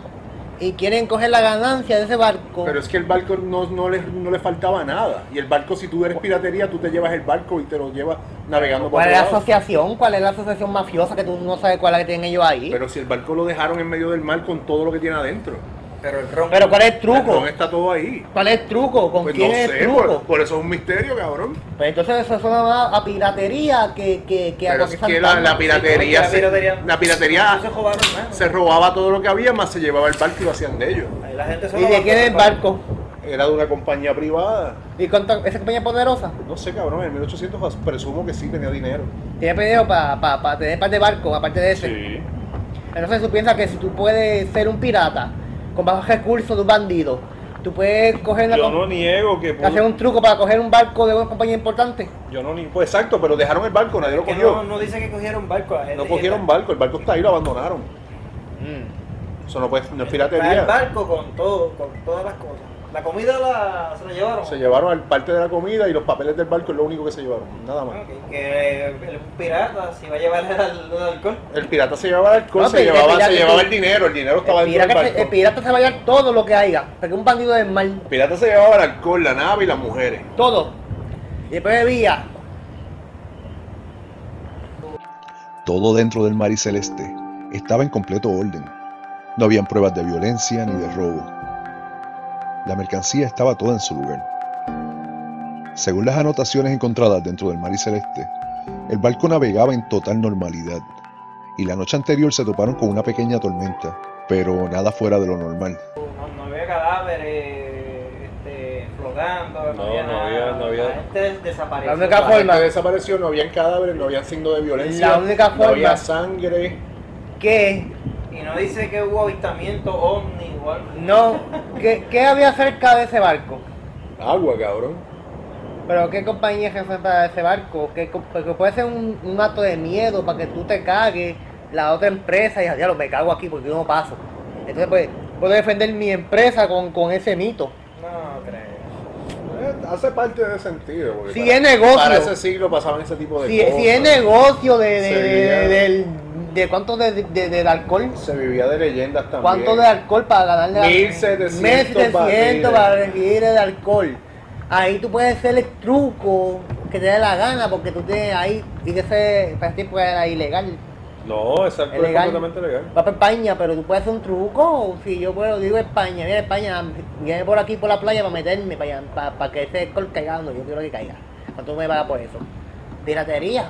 [SPEAKER 2] y quieren coger la ganancia de ese barco.
[SPEAKER 1] Pero es que el barco no, no, le, no le faltaba nada. Y el barco, si tú eres piratería, tú te llevas el barco y te lo llevas navegando
[SPEAKER 2] ¿Cuál
[SPEAKER 1] para
[SPEAKER 2] es la
[SPEAKER 1] otro lado.
[SPEAKER 2] asociación? ¿Cuál es la asociación mafiosa que tú no sabes cuál es la que tienen ellos ahí? Pero,
[SPEAKER 1] Pero si el barco lo dejaron en medio del mar con todo lo que tiene adentro.
[SPEAKER 7] Pero el ron.
[SPEAKER 2] ¿cuál es el truco?
[SPEAKER 1] Perdón, está todo ahí.
[SPEAKER 2] ¿Cuál es el truco? ¿Con
[SPEAKER 1] Pues no
[SPEAKER 2] quién es
[SPEAKER 1] sé,
[SPEAKER 2] el truco?
[SPEAKER 1] por, por eso es un misterio, cabrón.
[SPEAKER 2] Pues entonces eso suena más a piratería que, que, que a
[SPEAKER 1] Pero es
[SPEAKER 2] cualquier
[SPEAKER 1] que la,
[SPEAKER 2] fantasma.
[SPEAKER 1] la piratería, se, la
[SPEAKER 7] No se
[SPEAKER 1] piratería
[SPEAKER 7] robaron nada.
[SPEAKER 1] se robaba todo lo que había, más se llevaba el barco y lo hacían de ellos.
[SPEAKER 7] Ahí la gente se
[SPEAKER 2] ¿Y de
[SPEAKER 7] robaba
[SPEAKER 2] quién es el
[SPEAKER 7] cosas.
[SPEAKER 2] barco?
[SPEAKER 1] Era de una compañía privada.
[SPEAKER 2] ¿Y cuánto, esa compañía poderosa?
[SPEAKER 1] No sé, cabrón, en 1800 presumo que sí tenía dinero.
[SPEAKER 2] Tiene pedido para pa, pa tener par de barcos, aparte de ese. Entonces tú piensas que si tú puedes ser un pirata con bajos recursos de un bandido, tú puedes coger una
[SPEAKER 4] yo
[SPEAKER 2] com-
[SPEAKER 4] no niego que...
[SPEAKER 2] hacer un truco para coger un barco de una compañía importante.
[SPEAKER 4] Yo no ni- pues exacto, pero dejaron el barco, nadie lo
[SPEAKER 7] Que
[SPEAKER 4] cogió.
[SPEAKER 7] no, no dice que cogieron barco. la gente-
[SPEAKER 4] No cogieron barco, el barco está ahí, lo abandonaron. Mm. Eso no, puede, no es piratería.
[SPEAKER 7] El barco con todo, con todas las cosas. La comida la, se la llevaron.
[SPEAKER 4] Se llevaron al parte de la comida y los papeles del barco es lo único que se llevaron, nada más.
[SPEAKER 7] Ok, Que el pirata se iba a llevar el, al- al alcohol.
[SPEAKER 4] El pirata se llevaba el alcohol,
[SPEAKER 2] No,
[SPEAKER 4] se
[SPEAKER 2] pero el
[SPEAKER 4] llevaba,
[SPEAKER 2] pirata
[SPEAKER 4] se
[SPEAKER 2] tú-
[SPEAKER 4] llevaba el dinero, el dinero estaba
[SPEAKER 2] El
[SPEAKER 4] dentro del
[SPEAKER 2] pirata,
[SPEAKER 4] barco.
[SPEAKER 2] se, el pirata se va a llevar todo lo que haya, porque un bandido del mar,
[SPEAKER 1] El pirata se llevaba el alcohol, la nave y las mujeres.
[SPEAKER 2] todo. Y después bebía.
[SPEAKER 5] Todo dentro del mar y celeste estaba en completo orden. No habían pruebas de violencia ni de robo. La mercancía estaba toda en su lugar. Según las anotaciones encontradas dentro del mar y celeste, el barco navegaba en total normalidad y la noche anterior se toparon con una pequeña tormenta, pero nada fuera de lo normal.
[SPEAKER 7] No, no había cadáveres este, flotando.
[SPEAKER 4] No, no
[SPEAKER 7] nada.
[SPEAKER 4] había- no había-
[SPEAKER 7] La gente desapareció.
[SPEAKER 2] La única
[SPEAKER 1] La
[SPEAKER 2] forma-
[SPEAKER 1] gente desapareció, no habían cadáveres, no habían signos de violencia.
[SPEAKER 2] La única
[SPEAKER 1] No había
[SPEAKER 2] forma-
[SPEAKER 1] sangre.
[SPEAKER 2] ¿Qué?
[SPEAKER 7] Y no dice que hubo avistamiento ovni o algo.
[SPEAKER 2] No. ¿Qué, qué había cerca de ese barco?
[SPEAKER 1] Agua, cabrón.
[SPEAKER 2] Pero qué compañía es jefe para ese barco, pues, que porque puede ser un, un acto de miedo para que tú te cagues la otra empresa y ya lo me cago aquí porque yo no paso. Entonces pues puedo defender mi empresa con, con ese mito.
[SPEAKER 7] No creo.
[SPEAKER 1] Eh, hace parte de sentido. porque
[SPEAKER 2] Si
[SPEAKER 1] para-
[SPEAKER 2] es negocio.
[SPEAKER 1] Para ese siglo pasaban ese tipo de
[SPEAKER 2] Si,
[SPEAKER 1] cosas.
[SPEAKER 2] si es negocio de, de,
[SPEAKER 1] Sí,
[SPEAKER 2] de- de-
[SPEAKER 1] ya.
[SPEAKER 2] del- de cuánto de, de- del alcohol,
[SPEAKER 1] Se vivía de leyendas también.
[SPEAKER 2] cuánto de alcohol para ganarle
[SPEAKER 1] 1700
[SPEAKER 2] 1700
[SPEAKER 1] barriles.
[SPEAKER 2] para recibir el alcohol. Ahí tú puedes hacer el truco que te dé la gana porque tú tienes ahí y que ese para ese tiempo era ilegal.
[SPEAKER 4] No, ese alcohol
[SPEAKER 2] Es
[SPEAKER 4] es,
[SPEAKER 2] legal.
[SPEAKER 4] completamente legal.
[SPEAKER 2] Va para España, pero tú puedes hacer un truco. Si yo puedo, digo España, mira España, viene por aquí por la playa para meterme, para, para, que ese alcohol caiga donde yo quiero que caiga. ¿Cuánto me pagas por eso? Piratería,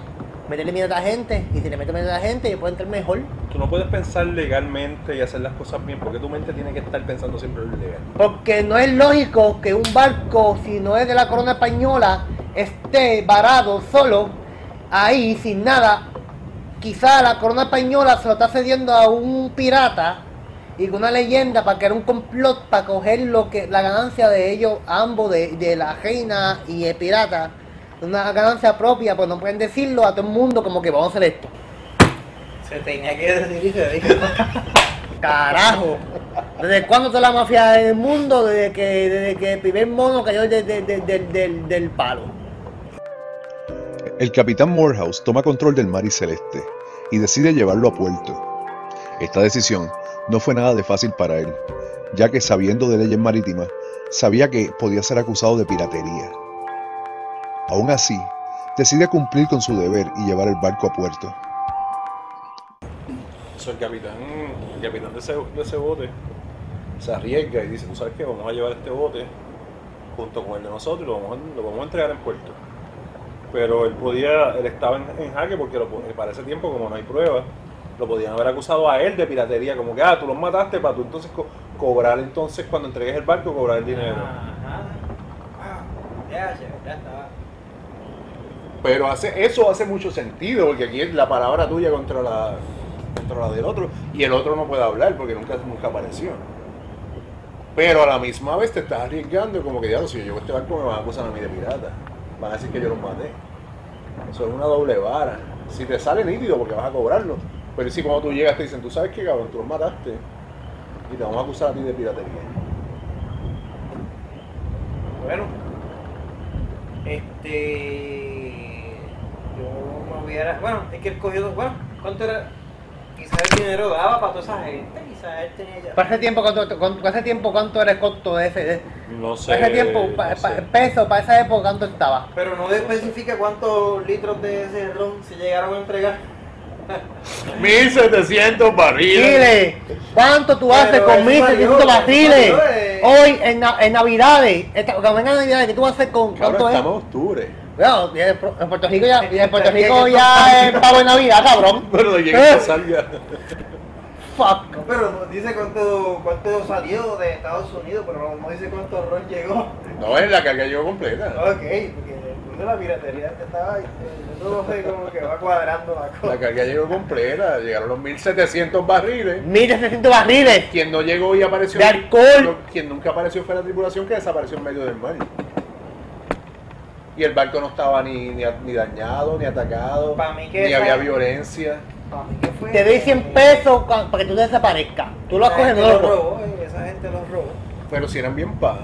[SPEAKER 2] meterle miedo a la gente, y si le meto miedo a la gente, yo puedo entrar mejor.
[SPEAKER 4] Tú no puedes pensar legalmente y hacer las cosas bien porque tu mente tiene que estar pensando siempre en lo legal.
[SPEAKER 2] Porque no es lógico que un barco, si no es de la corona española, esté varado solo ahí sin nada. Quizá la corona española se lo está cediendo a un pirata y con una leyenda para crear un complot para coger lo que la ganancia de ellos, ambos, de, de la reina y el pirata. Una ganancia propia, pues no pueden decirlo a todo el mundo como que vamos a hacer esto.
[SPEAKER 7] Se tenía que [laughs] decir y se dijo.
[SPEAKER 2] Carajo. ¿Desde cuándo está la mafia en el mundo? Desde que, desde que el primer mono cayó de- de- de- de- del- del palo.
[SPEAKER 5] El capitán Morehouse toma control del mar y celeste y decide llevarlo a puerto. Esta decisión no fue nada de fácil para él, ya que sabiendo de leyes marítimas, sabía que podía ser acusado de piratería. Aún así, decide cumplir con su deber y llevar el barco a puerto.
[SPEAKER 4] So, el capitán, el capitán de ese, de ese bote se arriesga y dice, tú sabes qué, vamos a llevar este bote junto con el de nosotros y lo vamos a, lo vamos a entregar en puerto. Pero él podía, él estaba en, en jaque porque lo po- para ese tiempo, como no hay pruebas, lo podían haber acusado a él de piratería, como que, ah, tú los mataste para tú entonces co- cobrar entonces cuando entregues el barco, cobrar el dinero.
[SPEAKER 7] Ajá. Ah, Ya, ya, ya estaba.
[SPEAKER 1] Pero hace, eso hace mucho sentido, porque aquí es la palabra tuya contra la, contra la del otro, y el otro no puede hablar porque nunca, nunca apareció. Pero a la misma vez te estás arriesgando, como que diablo, si yo llevo este barco me van a acusar a mí de pirata. Van a decir que yo los maté. Eso es una doble vara. Si te sale nítido porque vas a cobrarlo. Pero si cuando tú llegas te dicen, tú sabes que cabrón, tú los mataste. Y te vamos a acusar a ti de piratería.
[SPEAKER 7] Bueno, este. Yo me hubiera. Bueno, es que él cogió. dos- Bueno, ¿cuánto era? Quizás el dinero daba para toda esa gente, quizás él tenía ya.
[SPEAKER 2] ¿Para ese tiempo cuánto, cuánto- hace tiempo cuánto era el costo de ese? de-
[SPEAKER 4] No sé.
[SPEAKER 2] para ese tiempo,
[SPEAKER 4] no
[SPEAKER 2] pa-
[SPEAKER 4] sé.
[SPEAKER 2] pa- peso, para esa época cuánto estaba.
[SPEAKER 7] Pero no especifica cuántos litros de ese ron se llegaron a entregar.
[SPEAKER 1] 1700 barriles.
[SPEAKER 2] Chile, ¿cuánto tú haces
[SPEAKER 7] Pero
[SPEAKER 2] con
[SPEAKER 7] eso valió,
[SPEAKER 2] 1700
[SPEAKER 7] eso
[SPEAKER 2] vaciles?
[SPEAKER 7] valió, eh.
[SPEAKER 2] Hoy en, na- en Navidades, esta, cuando vengan Navidades, ¿qué tú vas a hacer con
[SPEAKER 1] Cabrón,
[SPEAKER 2] cuánto es?
[SPEAKER 1] estamos en octubre.
[SPEAKER 2] Bueno, en Pro- en Puerto Rico ya, en Puerto
[SPEAKER 7] Está bien,
[SPEAKER 2] Rico
[SPEAKER 7] está
[SPEAKER 2] ya es pavo de Navidad, cabrón.
[SPEAKER 1] Pero
[SPEAKER 2] [laughs]
[SPEAKER 1] de que
[SPEAKER 2] Eh.
[SPEAKER 1] esto salga.
[SPEAKER 2] Fuck.
[SPEAKER 7] No, pero no dice cuánto, cuánto salió de Estados Unidos, pero no, no dice cuánto ron [laughs] llegó.
[SPEAKER 1] No, es la carga llegó completa.
[SPEAKER 7] Ok, porque el mundo de la piratería te estaba. eh, Eso no sé como que va cuadrando la cosa.
[SPEAKER 1] La carga llegó completa. Llegaron los 1700 barriles.
[SPEAKER 2] 1700 barriles.
[SPEAKER 1] Quien no llegó y apareció.
[SPEAKER 2] De alcohol.
[SPEAKER 1] no- quien nunca apareció fue la tripulación que desapareció en medio del mar. Y el barco no estaba ni, ni, ni dañado, ni atacado,
[SPEAKER 7] Pa' mí que
[SPEAKER 1] ni
[SPEAKER 7] esa-
[SPEAKER 1] había violencia.
[SPEAKER 7] Para mí que fue-
[SPEAKER 2] Te doy 100 pesos ca- para que tú desaparezcas. Tú lo
[SPEAKER 7] Esa
[SPEAKER 2] coges
[SPEAKER 7] gente
[SPEAKER 2] no
[SPEAKER 7] los
[SPEAKER 2] lo coges.
[SPEAKER 7] robó, eh, esa gente los robó.
[SPEAKER 1] Pero si eran bien panas,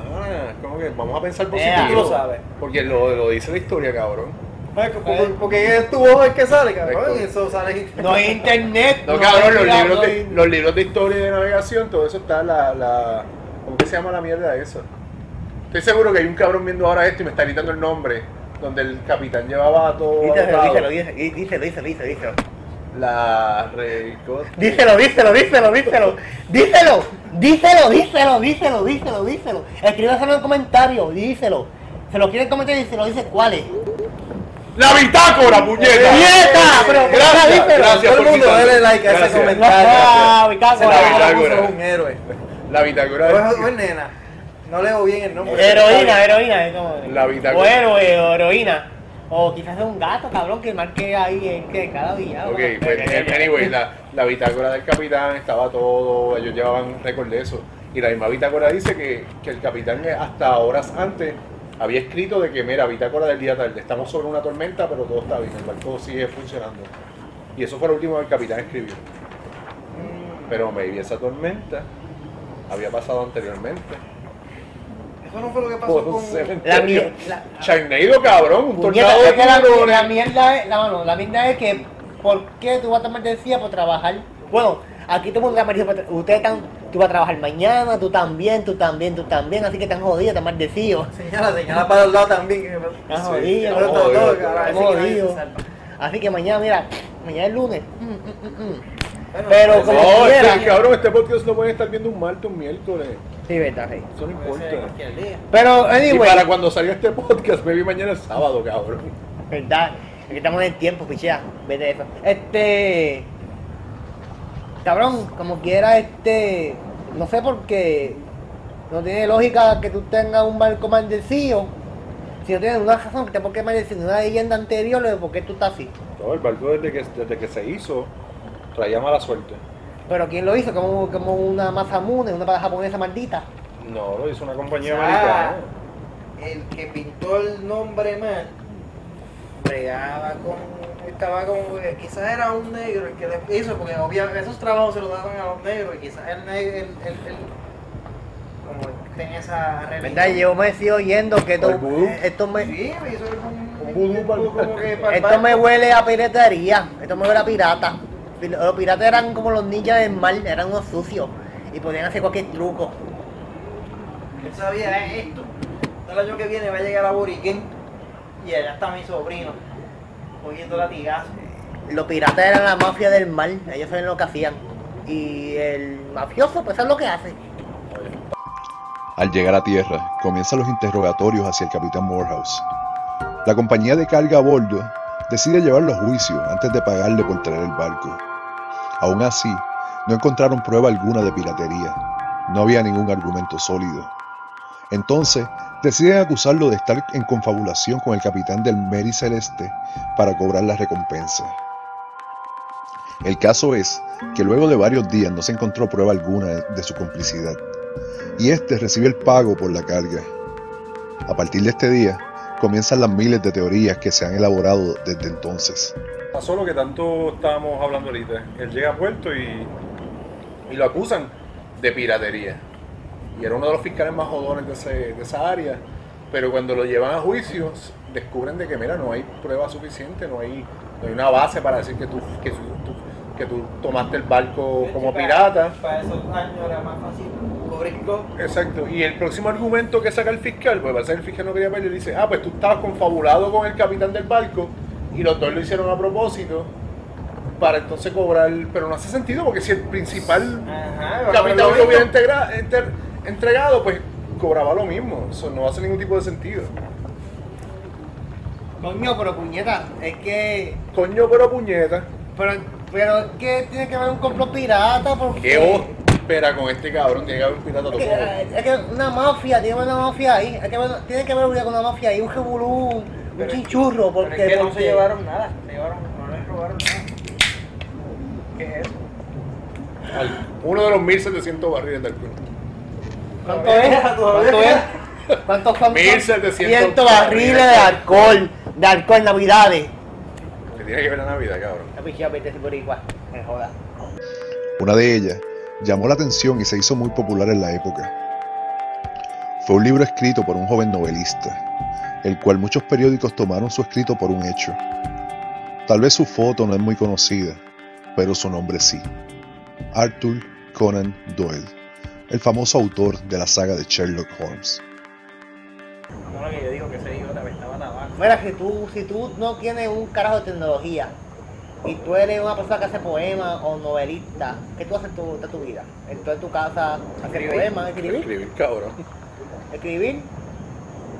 [SPEAKER 1] como que vamos a pensar
[SPEAKER 2] Ea,
[SPEAKER 1] positivo.
[SPEAKER 7] tú lo sabes.
[SPEAKER 1] Porque lo, lo dice la historia, cabrón.
[SPEAKER 7] Porque, porque es tu voz el que sale, cabrón.
[SPEAKER 1] Exacto.
[SPEAKER 7] y Eso sale.
[SPEAKER 2] No hay internet.
[SPEAKER 1] No, cabrón,
[SPEAKER 2] hay
[SPEAKER 1] los
[SPEAKER 2] cuidado,
[SPEAKER 1] libros,
[SPEAKER 2] no
[SPEAKER 1] de,
[SPEAKER 2] hay-
[SPEAKER 1] los libros de historia y de navegación, todo eso está la, la... ¿Cómo que se llama la mierda eso? Estoy seguro que hay un cabrón viendo ahora esto y me está gritando el nombre, donde el capitán llevaba a todo...
[SPEAKER 2] Díselo,
[SPEAKER 1] anotado.
[SPEAKER 2] díselo, díselo, díselo, díselo, díselo.
[SPEAKER 1] La... re- ¿cómo?
[SPEAKER 2] Díselo, díselo, díselo, díselo. Díselo, díselo, díselo, díselo, díselo, díselo. Escríbaselo en el comentario, díselo. Se lo quieren comentar y se lo dice cuál es.
[SPEAKER 1] ¡La bitácora, puñeta!
[SPEAKER 2] ¡Puñeta! Pero, pero,
[SPEAKER 1] gracias,
[SPEAKER 2] díselo.
[SPEAKER 1] gracias
[SPEAKER 2] Todo el
[SPEAKER 1] por
[SPEAKER 2] mundo
[SPEAKER 1] quitarlo.
[SPEAKER 2] dele
[SPEAKER 7] like a ese
[SPEAKER 1] Gracias.
[SPEAKER 2] No, ah, me cago en
[SPEAKER 1] la
[SPEAKER 2] la-
[SPEAKER 1] bitácora.
[SPEAKER 7] Ese es un héroe.
[SPEAKER 1] La bitácora...
[SPEAKER 7] O es- o es nena. No leo bien el nombre.
[SPEAKER 2] Heroína, heroína, es como.
[SPEAKER 1] La bitácora.
[SPEAKER 2] O héroe, o heroína. O quizás es un gato, cabrón, que marque ahí en que cada día.
[SPEAKER 1] Ok,
[SPEAKER 2] cabrón.
[SPEAKER 1] pues anyway, la, la bitácora del capitán estaba todo, ellos llevaban récord de eso. Y la misma bitácora dice que, que el capitán eh, hasta horas antes había escrito de que, mira, bitácora del día tarde, estamos sobre una tormenta, pero todo está bien, el barco sigue funcionando. Y eso fue lo último que el capitán escribió. Pero maybe esa tormenta había pasado anteriormente.
[SPEAKER 7] Mm, Eso no fue lo que pasó
[SPEAKER 1] Por un [laughs]
[SPEAKER 7] con.
[SPEAKER 2] La
[SPEAKER 1] cementerio.
[SPEAKER 2] mier- la-
[SPEAKER 1] Charneiro, cabrón, un
[SPEAKER 2] Puñeta,
[SPEAKER 1] tornado
[SPEAKER 2] es
[SPEAKER 1] de
[SPEAKER 2] que la,
[SPEAKER 1] cabrones.
[SPEAKER 2] la mierda es, la, mano, la mierda es que ¿por qué tú vas a tomar decía por trabajar? Bueno, aquí todo el mundo está maldito por tra- ustedes están, tú vas a trabajar mañana, tú también, tú también, tú también, así que están jodidos, están maldecidos,
[SPEAKER 7] Señala, señala para el lado también. que-
[SPEAKER 2] están
[SPEAKER 1] Sí,
[SPEAKER 2] jodidos,
[SPEAKER 1] están
[SPEAKER 2] están
[SPEAKER 1] jodidos,
[SPEAKER 2] jodidos,
[SPEAKER 7] cabrón,
[SPEAKER 2] están
[SPEAKER 7] así que nadie se
[SPEAKER 2] jodidos.
[SPEAKER 7] salva.
[SPEAKER 2] Así que mañana, mira, mañana es lunes. Mm, mm, mm, mm.
[SPEAKER 7] Bueno,
[SPEAKER 2] Pero como
[SPEAKER 1] No,
[SPEAKER 2] quiera.
[SPEAKER 1] este, cabrón, este podcast lo pueden estar viendo un martes, un miércoles.
[SPEAKER 2] Sí, verdad, sí.
[SPEAKER 1] Eso no
[SPEAKER 7] puede ser
[SPEAKER 1] importa.
[SPEAKER 7] cualquier día.
[SPEAKER 2] Pero
[SPEAKER 1] Y
[SPEAKER 2] anyway,
[SPEAKER 1] para cuando salga este podcast, maybe mañana es sábado, cabrón.
[SPEAKER 2] verdad, es que estamos en el tiempo, pichea, vete eso. Este cabrón, como quiera, este, no sé por qué no tiene lógica que tú tengas un barco maldecido. Si no tienes una razón que te por qué maldecido, una leyenda anterior de por qué tú estás así.
[SPEAKER 4] No, el barco desde que, desde que se hizo traía mala suerte.
[SPEAKER 2] Pero quién lo hizo, como, como una Masamune, una pareja japonesa maldita.
[SPEAKER 4] No, lo hizo una compañía
[SPEAKER 7] Ah.
[SPEAKER 4] americana.
[SPEAKER 7] El que pintó el nombre mal, bregaba con. Estaba como. que Quizás era un negro el que lo hizo, porque obviamente esos trabajos se los daban a los negros y quizás el negro. El, el, el- como tenía esa religión.
[SPEAKER 2] ¿Verdad? Yo me sigo oyendo que esto,
[SPEAKER 1] ¿El vudú?
[SPEAKER 2] esto me.
[SPEAKER 7] Sí, me hizo un.
[SPEAKER 1] Un vudú para el
[SPEAKER 7] como que para el
[SPEAKER 2] Esto me
[SPEAKER 7] barco.
[SPEAKER 2] huele a piratería, esto me huele a pirata. Pir- Los piratas eran como los ninjas del mar, eran unos sucios y podían hacer cualquier truco.
[SPEAKER 7] Él sabía "Eh, esto. El año que viene va a llegar a Boriquén y allá está mi sobrino cogiendo latigazo.
[SPEAKER 2] Los piratas eran la mafia del mal, ellos saben lo que hacían. Y el mafioso, pues es lo que hace.
[SPEAKER 5] Al llegar a tierra, comienzan los interrogatorios hacia el capitán Morehouse. La compañía de carga a bordo decide llevarlo a juicio antes de pagarle por traer el barco. Aún así, no encontraron prueba alguna de piratería. No había ningún argumento sólido. Entonces, deciden acusarlo de estar en confabulación con el capitán del Mary Celeste para cobrar la recompensa. El caso es que luego de varios días no se encontró prueba alguna de su complicidad y este recibe el pago por la carga. A partir de este día, comienzan las miles de teorías que se han elaborado desde entonces.
[SPEAKER 1] Pasó lo que tanto estábamos hablando ahorita. Él llega a puerto y, y lo acusan de piratería. Y era uno de los fiscales más jodones de, ese- de esa área. Pero cuando lo llevan a juicio, descubren de que, mira, no hay prueba suficiente, no hay, no hay una base para decir que tú, que, tú- tú- que tú tomaste el barco como pirata.
[SPEAKER 7] Para esos años era más fácil cubrir
[SPEAKER 1] Exacto. Y el próximo argumento que saca el fiscal, pues parece que el fiscal no quería perder, dice, ah, pues tú estabas confabulado con el capitán del barco y los dos lo hicieron a propósito para entonces cobrar, pero no hace sentido porque si el principal
[SPEAKER 7] Ajá,
[SPEAKER 1] capitán lo hubiera integra- enter- entregado, pues cobraba lo mismo. Eso no hace ningún tipo de sentido.
[SPEAKER 2] Coño, pero puñeta, es que.
[SPEAKER 1] Coño, pero puñeta.
[SPEAKER 2] Pero, eh, pero es que tiene que haber un complot pirata porque.
[SPEAKER 1] Qué ópera con este cabrón, tiene que haber un pirata
[SPEAKER 2] Es [laughs] que- es que una mafia, tiene que haber una mafia ahí, es que bueno, tiene que haber una- una mafia ahí, un revolú, un
[SPEAKER 7] Pero es-
[SPEAKER 2] chinchurro,
[SPEAKER 7] Pero
[SPEAKER 2] porque,
[SPEAKER 7] es que no se
[SPEAKER 2] porque-
[SPEAKER 7] llevaron nada, se llevaron, no les robaron nada. ¿Qué es eso?
[SPEAKER 1] Uno de los 1700 barriles de alcohol.
[SPEAKER 2] ¿Cuánto es? ¿Cuánto es? ¿Cuántos son?
[SPEAKER 1] 1700
[SPEAKER 2] 100 barriles de alcohol, de alcohol en navidades.
[SPEAKER 1] Que tiene que ver la Navidad, cabrón.
[SPEAKER 2] La pichilla pues, vete por igual, me joda.
[SPEAKER 5] Una de ellas llamó la atención y se hizo muy popular en la época. Fue un libro escrito por un joven novelista, el cual muchos periódicos tomaron su escrito por un hecho. Tal vez su foto no es muy conocida, pero su nombre sí. Arthur Conan Doyle, el famoso autor de la saga de Sherlock Holmes.
[SPEAKER 7] Bueno, que yo digo que ese idiota estaba tabaco.
[SPEAKER 2] Mira, si tú, si tú no tienes un carajo de tecnología y tú eres una persona que hace poemas o novelista, ¿qué tú haces tu, de tu vida? Entonces en tu casa, hacer
[SPEAKER 7] Escribir.
[SPEAKER 2] poemas, escribir,
[SPEAKER 1] Escribir, cabrón.
[SPEAKER 2] escribir.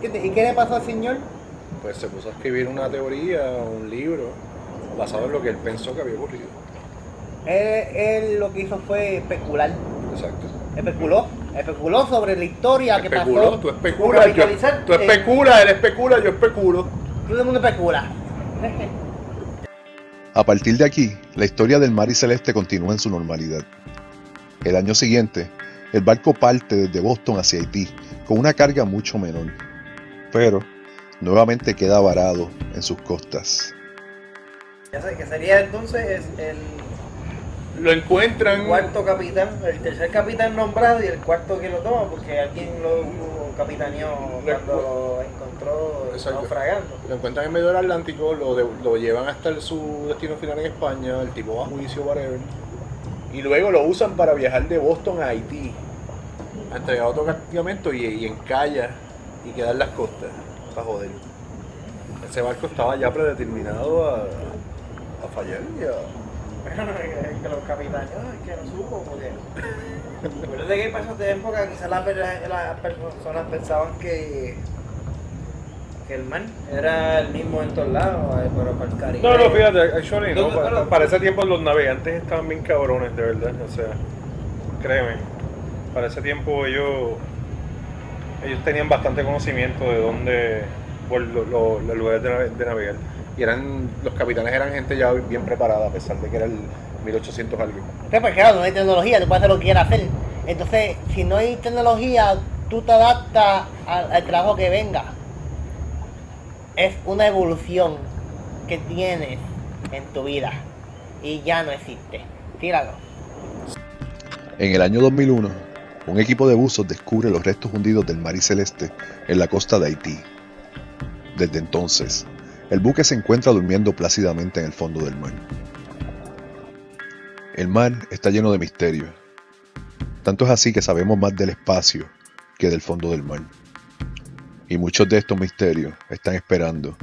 [SPEAKER 2] ¿Qué te- ¿Y qué le pasó al señor?
[SPEAKER 1] pues se puso a escribir una teoría, un libro, basado en lo que él pensó que había ocurrido.
[SPEAKER 2] Él, él lo que hizo fue especular.
[SPEAKER 1] Exacto.
[SPEAKER 2] Especuló. Especuló sobre la historia que
[SPEAKER 1] Especuló,
[SPEAKER 2] pasó.
[SPEAKER 1] tú especulas, yo,
[SPEAKER 7] Capitalizar,
[SPEAKER 1] tú
[SPEAKER 7] eh.
[SPEAKER 1] especulas, él especula, yo especulo.
[SPEAKER 2] Todo el mundo especula.
[SPEAKER 5] A partir de aquí, la historia del mar y celeste continúa en su normalidad. El año siguiente, el barco parte desde Boston hacia Haití con una carga mucho menor, pero nuevamente queda varado en sus costas.
[SPEAKER 7] Ya sé, que sería entonces es el
[SPEAKER 1] Lo encuentran,
[SPEAKER 7] cuarto capitán, el tercer capitán nombrado y el cuarto que lo toma, porque alguien lo, lo capitaneó cuando lo encontró
[SPEAKER 1] Exacto.
[SPEAKER 7] naufragando.
[SPEAKER 1] lo encuentran en medio del Atlántico, lo, de- lo llevan hasta el- su destino final en España, el tipo va a juicio, whatever. Y luego lo usan para viajar de Boston a Haití, a entregar otro castigamiento y, y encalla y queda en las costas, para joder. Ese barco estaba ya predeterminado a, a fallar y a,
[SPEAKER 7] [laughs] Bueno, el que los capitanes, que no supo, porque. Recuerda que pasó de época, quizás las, per- las personas pensaban que. que el man era el mismo en todos lados, eh, pero para el Caribe.
[SPEAKER 1] No, no, fíjate, actually, no.
[SPEAKER 7] No, no,
[SPEAKER 1] pa-
[SPEAKER 7] no.
[SPEAKER 1] pa- Para ese tiempo los navegantes estaban bien cabrones, de verdad. O sea, créeme. Para ese tiempo ellos ellos tenían bastante conocimiento de dónde, por lo- lo- los lugares de, nave- de navegar. Y eran, los capitanes eran gente ya bien preparada, a pesar de que era el 1800 algo.
[SPEAKER 2] Entonces, pues claro, no hay tecnología, tú puedes hacer lo que quieras hacer. Entonces, si no hay tecnología, tú te adaptas al, al trabajo que venga. Es una evolución que tienes en tu vida y ya no existe. Tíralo.
[SPEAKER 5] En el año 2001, un equipo de buzos descubre los restos hundidos del mar y celeste en la costa de Haití. Desde entonces, el buque se encuentra durmiendo plácidamente en el fondo del mar. El mar está lleno de misterios. Tanto es así que sabemos más del espacio que del fondo del mar. Y muchos de estos misterios están esperando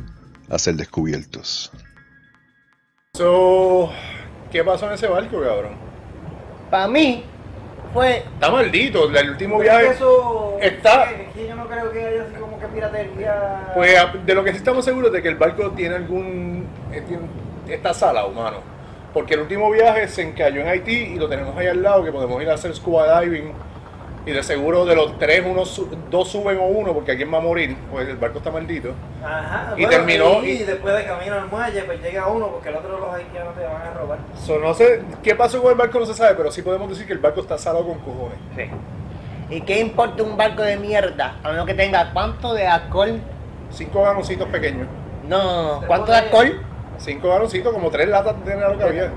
[SPEAKER 5] a ser descubiertos.
[SPEAKER 1] So, ¿Qué pasó en ese barco, cabrón?
[SPEAKER 2] Para mí, fue
[SPEAKER 1] Está maldito, el último
[SPEAKER 7] Pero es que
[SPEAKER 1] viaje.
[SPEAKER 7] eso
[SPEAKER 1] está-
[SPEAKER 7] es que yo no creo que haya así como que piratería.
[SPEAKER 1] Pues a- de lo que sí estamos seguros es de que el barco tiene algún. eh, tiene- está salado, humano. Porque el último viaje se encalló en Haití y lo tenemos ahí al lado, que podemos ir a hacer scuba diving. Y de seguro de los tres, uno, su- dos suben o uno, porque alguien va a morir, pues el barco está maldito.
[SPEAKER 7] Ajá,
[SPEAKER 1] Y terminó
[SPEAKER 7] Y,
[SPEAKER 1] y-
[SPEAKER 7] después de camino al muelle, pues llega uno porque el otro los haitianos te van a robar.
[SPEAKER 1] So, no sé qué pasó con el barco, no se sabe, pero sí podemos decir que el barco está salado con cojones.
[SPEAKER 2] ¿Y qué importa un barco de mierda? A menos que tenga cuánto de alcohol.
[SPEAKER 1] Cinco galoncitos pequeños.
[SPEAKER 2] No, ¿cuánto de alcohol?
[SPEAKER 1] Cinco galoncitos, como tres latas de lo que había.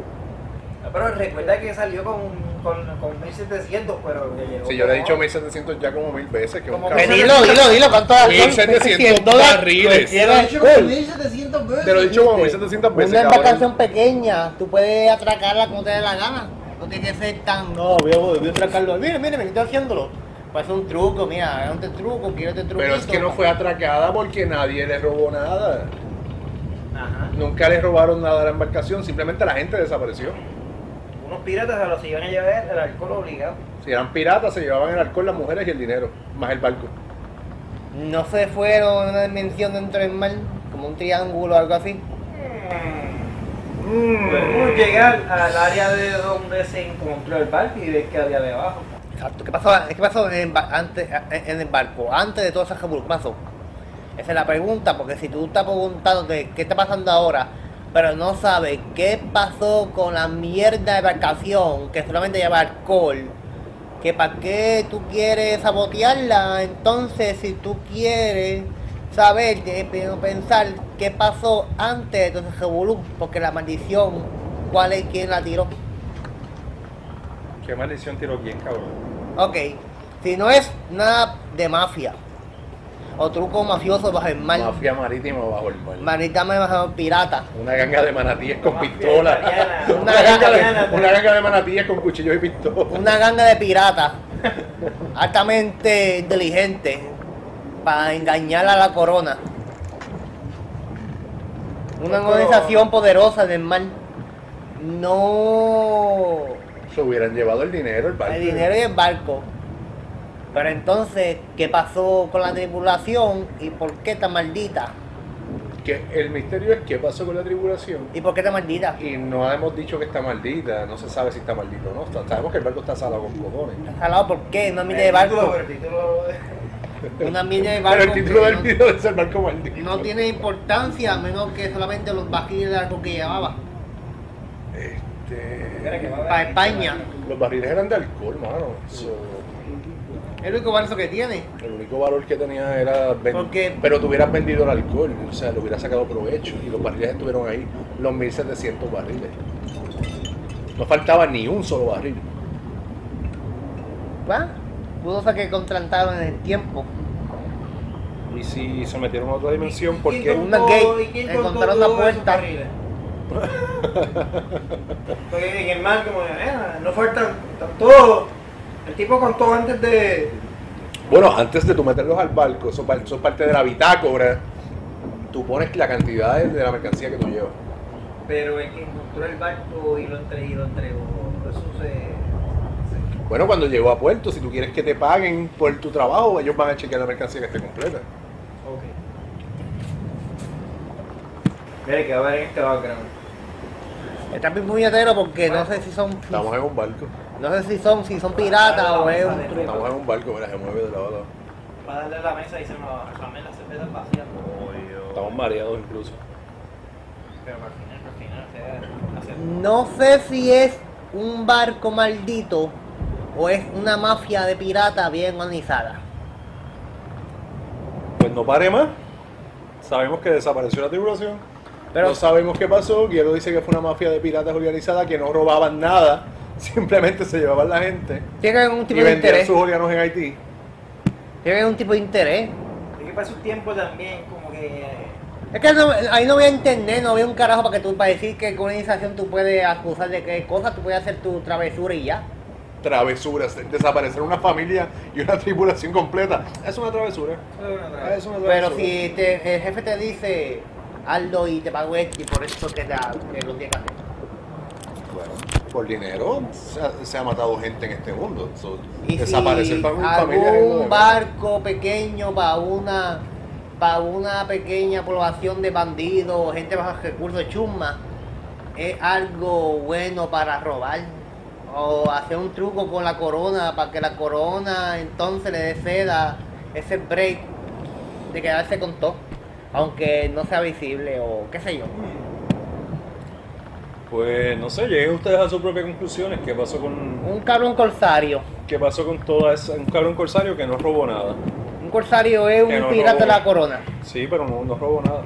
[SPEAKER 7] Pero recuerda que salió con, con, con 1700, pero que llegó.
[SPEAKER 1] Si yo le he dicho
[SPEAKER 7] como-
[SPEAKER 1] 1700 ya como mil veces, que es un
[SPEAKER 7] Como
[SPEAKER 1] cabrón.
[SPEAKER 7] que
[SPEAKER 2] Dilo, dilo, dilo, ¿cuánto de alcohol?
[SPEAKER 1] 1700
[SPEAKER 2] de
[SPEAKER 1] barriles.
[SPEAKER 2] de
[SPEAKER 7] Te lo he dicho
[SPEAKER 2] alcohol.
[SPEAKER 7] como 1700 veces.
[SPEAKER 1] Te lo he dicho como
[SPEAKER 7] ¿viste?
[SPEAKER 1] 1700 veces.
[SPEAKER 2] Una
[SPEAKER 1] cabrón.
[SPEAKER 2] embarcación pequeña, tú puedes atracarla como te dé la gana. No tiene que ser tan. No, voy a, voy a atracarlo. Mire, mire, me estoy haciéndolo. Pues es un truco, mira, es un truco, quiero este truco.
[SPEAKER 1] Pero es que no fue atracada porque nadie le robó nada.
[SPEAKER 7] Ajá.
[SPEAKER 1] Nunca le robaron nada a la embarcación, simplemente la gente desapareció.
[SPEAKER 7] Unos piratas a los que iban a llevar el alcohol obligado.
[SPEAKER 1] Si eran piratas, se llevaban el alcohol, las mujeres y el dinero, más el barco.
[SPEAKER 2] No se fueron a una dimensión dentro del mar, como un triángulo o algo así. Mm.
[SPEAKER 7] Podemos Pues, llegar al área de donde se encontró el barco y ver qué había debajo.
[SPEAKER 2] Exacto. ¿Qué pasó, qué pasó en, el ba- antes, eh, en el barco? Antes de todo ese revolú- ¿qué pasó? Esa es la pregunta, porque si tú estás preguntándote qué está pasando ahora, pero no sabes qué pasó con la mierda de embarcación que solamente lleva alcohol, que para qué tú quieres sabotearla, entonces si tú quieres saber, tienes primero pensar qué pasó antes de todo ese revolú, porque la maldición, ¿cuál es quien la tiró?
[SPEAKER 4] Qué maldición tiró bien, cabrón.
[SPEAKER 2] Ok, si no es nada de mafia o truco mafioso pues bajo el mar,
[SPEAKER 1] Mafia marítima bajo el mar.
[SPEAKER 2] manita me bajo pirata.
[SPEAKER 1] Una ganga de manatíes con
[SPEAKER 7] Mafia
[SPEAKER 1] pistolas.
[SPEAKER 7] italiana.
[SPEAKER 1] Una
[SPEAKER 2] Mafia
[SPEAKER 1] ganga
[SPEAKER 7] italiana.
[SPEAKER 1] de- una ganga de manatíes con cuchillos y pistolas.
[SPEAKER 2] Una ganga
[SPEAKER 1] [laughs]
[SPEAKER 2] de piratas altamente inteligente para engañar a la corona. Una
[SPEAKER 7] Poco-
[SPEAKER 2] organización poderosa del mar. No.
[SPEAKER 1] Se hubieran llevado el dinero, el barco.
[SPEAKER 2] El dinero y el barco. Pero entonces, ¿qué pasó con la tripulación y por qué tan maldita?
[SPEAKER 1] Que el misterio es qué pasó con la tribulación.
[SPEAKER 2] ¿Y por qué tan maldita?
[SPEAKER 1] Y no hemos dicho que está maldita, no se sabe si está maldito o no. Está- Sabemos que el barco está salado con cojones.
[SPEAKER 2] Jalado, ¿por qué? Una mina de
[SPEAKER 7] El título,
[SPEAKER 2] barco.
[SPEAKER 7] pero el título de-
[SPEAKER 2] Una mina de barco.
[SPEAKER 1] Pero el título
[SPEAKER 2] que
[SPEAKER 1] del
[SPEAKER 2] no-
[SPEAKER 1] video es el barco maldito.
[SPEAKER 2] No tiene importancia, a menos que solamente los barriles de alcohol que llevaba.
[SPEAKER 7] Espera, que
[SPEAKER 1] Este...
[SPEAKER 7] va a haber
[SPEAKER 2] Para
[SPEAKER 7] gente
[SPEAKER 2] España.
[SPEAKER 1] Los barriles eran de alcohol, mano. So,
[SPEAKER 2] Es el único barco que tiene.
[SPEAKER 1] el único valor que tenía era... ven-
[SPEAKER 2] Porque-
[SPEAKER 1] Pero tú hubieras vendido el alcohol, o sea, le hubieras sacado provecho. Y los barriles estuvieron ahí, los 1700 barriles. No faltaba ni un solo barril.
[SPEAKER 2] ¿Va? Pudo ser que contrataron en el tiempo.
[SPEAKER 4] Y si se metieron a otra dimensión,
[SPEAKER 7] ¿Y
[SPEAKER 4] ¿por
[SPEAKER 7] quién
[SPEAKER 4] qué?
[SPEAKER 2] una
[SPEAKER 7] contó-
[SPEAKER 2] gay
[SPEAKER 7] y quién
[SPEAKER 2] encontró
[SPEAKER 7] contó
[SPEAKER 2] una
[SPEAKER 7] todos esos
[SPEAKER 2] puerta.
[SPEAKER 7] barriles? Porque en el mar, como, eh, no faltan, están todos. El tipo contó antes de.
[SPEAKER 1] Bueno, antes de tú meterlos al barco, eso, pa- eso es parte de la bitácora, tú pones la cantidad de, de la mercancía que tú llevas.
[SPEAKER 7] Pero el que encontró el barco y lo, entre, y lo entregó. Eso se. se-
[SPEAKER 1] Bueno, cuando llegó a puerto, si tú quieres que te paguen por tu trabajo, ellos van a chequear la mercancía que esté completa.
[SPEAKER 7] Ok. Mira que va a ver en este background.
[SPEAKER 2] Está bien puñetero porque no sé si son.
[SPEAKER 1] Estamos en un barco.
[SPEAKER 2] No sé si son, si son piratas o es un truco.
[SPEAKER 1] Estamos en un barco, mira, se mueve de lado a lado.
[SPEAKER 7] Va a darle a la mesa y se nos va a comer las cervezas vacías.
[SPEAKER 4] Estamos mareados incluso.
[SPEAKER 7] Pero al final, al final, se va a hacer.
[SPEAKER 2] No sé si es un barco maldito o es una mafia de pirata bien organizada.
[SPEAKER 4] Pues no pare más. Sabemos que desapareció la tribulación.
[SPEAKER 1] no sabemos qué pasó. Guillermo dice que fue una mafia de piratas organizada que no robaban nada, [laughs] simplemente se llevaban la gente
[SPEAKER 2] Tienen un tipo
[SPEAKER 1] y
[SPEAKER 2] de
[SPEAKER 1] vendían
[SPEAKER 2] interés.
[SPEAKER 1] sus órganos en Haití.
[SPEAKER 2] Tienen un tipo de interés.
[SPEAKER 7] Es que para su tiempo también, como que.
[SPEAKER 2] Es que no- ahí no voy a entender, no voy a un carajo para que tú para decir que con una organización tú puedes acusar de qué cosa, tú puedes hacer tu travesura y ya.
[SPEAKER 1] Travesuras, desaparecer una familia y una tripulación completa. Es una travesura.
[SPEAKER 7] Solo una otra vez.
[SPEAKER 1] Es una travesura.
[SPEAKER 2] Pero si te- el jefe te dice, hazlo y te pago esto y por eso que, la, que los 10 cafés.
[SPEAKER 1] Bueno, por dinero se ha, se ha matado gente en este mundo. So,
[SPEAKER 2] Y
[SPEAKER 1] desaparecer
[SPEAKER 2] si
[SPEAKER 1] para una familia. es lo de
[SPEAKER 2] algún
[SPEAKER 1] menos.
[SPEAKER 2] barco pequeño para una para una pequeña población de bandidos o gente bajo recursos chusma es algo bueno para robar o hacer un truco con la corona para que la corona entonces le dé ceda ese break de quedarse con todo aunque no sea visible o qué sé yo
[SPEAKER 4] Pues no sé, lleguen ustedes a sus propias conclusiones. ¿Qué pasó con,
[SPEAKER 2] un cabrón corsario
[SPEAKER 4] qué pasó con toda esa. Un cabrón corsario que no robó nada.
[SPEAKER 2] un corsario es
[SPEAKER 4] Que no
[SPEAKER 2] un pirata de la
[SPEAKER 4] roba.
[SPEAKER 2] corona
[SPEAKER 4] Sí, pero no, no robó nada.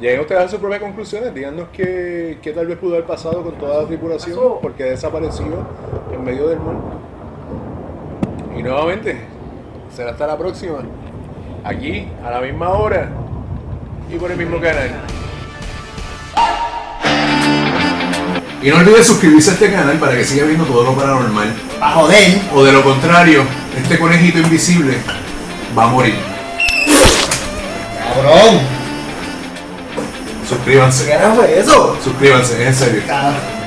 [SPEAKER 1] Lleguen ustedes a sus propias conclusiones, díganos qué, qué tal vez pudo haber pasado con toda la tripulación,
[SPEAKER 3] Pasó.
[SPEAKER 1] porque desapareció en medio del mar. Y nuevamente, será hasta la próxima, aquí, a la misma hora y por el mismo canal. Y no olvides suscribirse a este canal para que siga viendo todo lo paranormal.
[SPEAKER 2] a joder
[SPEAKER 1] O de lo contrario, este conejito invisible va a morir.
[SPEAKER 2] cabrón
[SPEAKER 1] Suscríbanse,
[SPEAKER 3] ¿Qué era eso?
[SPEAKER 1] suscríbanse, es en serio.
[SPEAKER 2] cabrón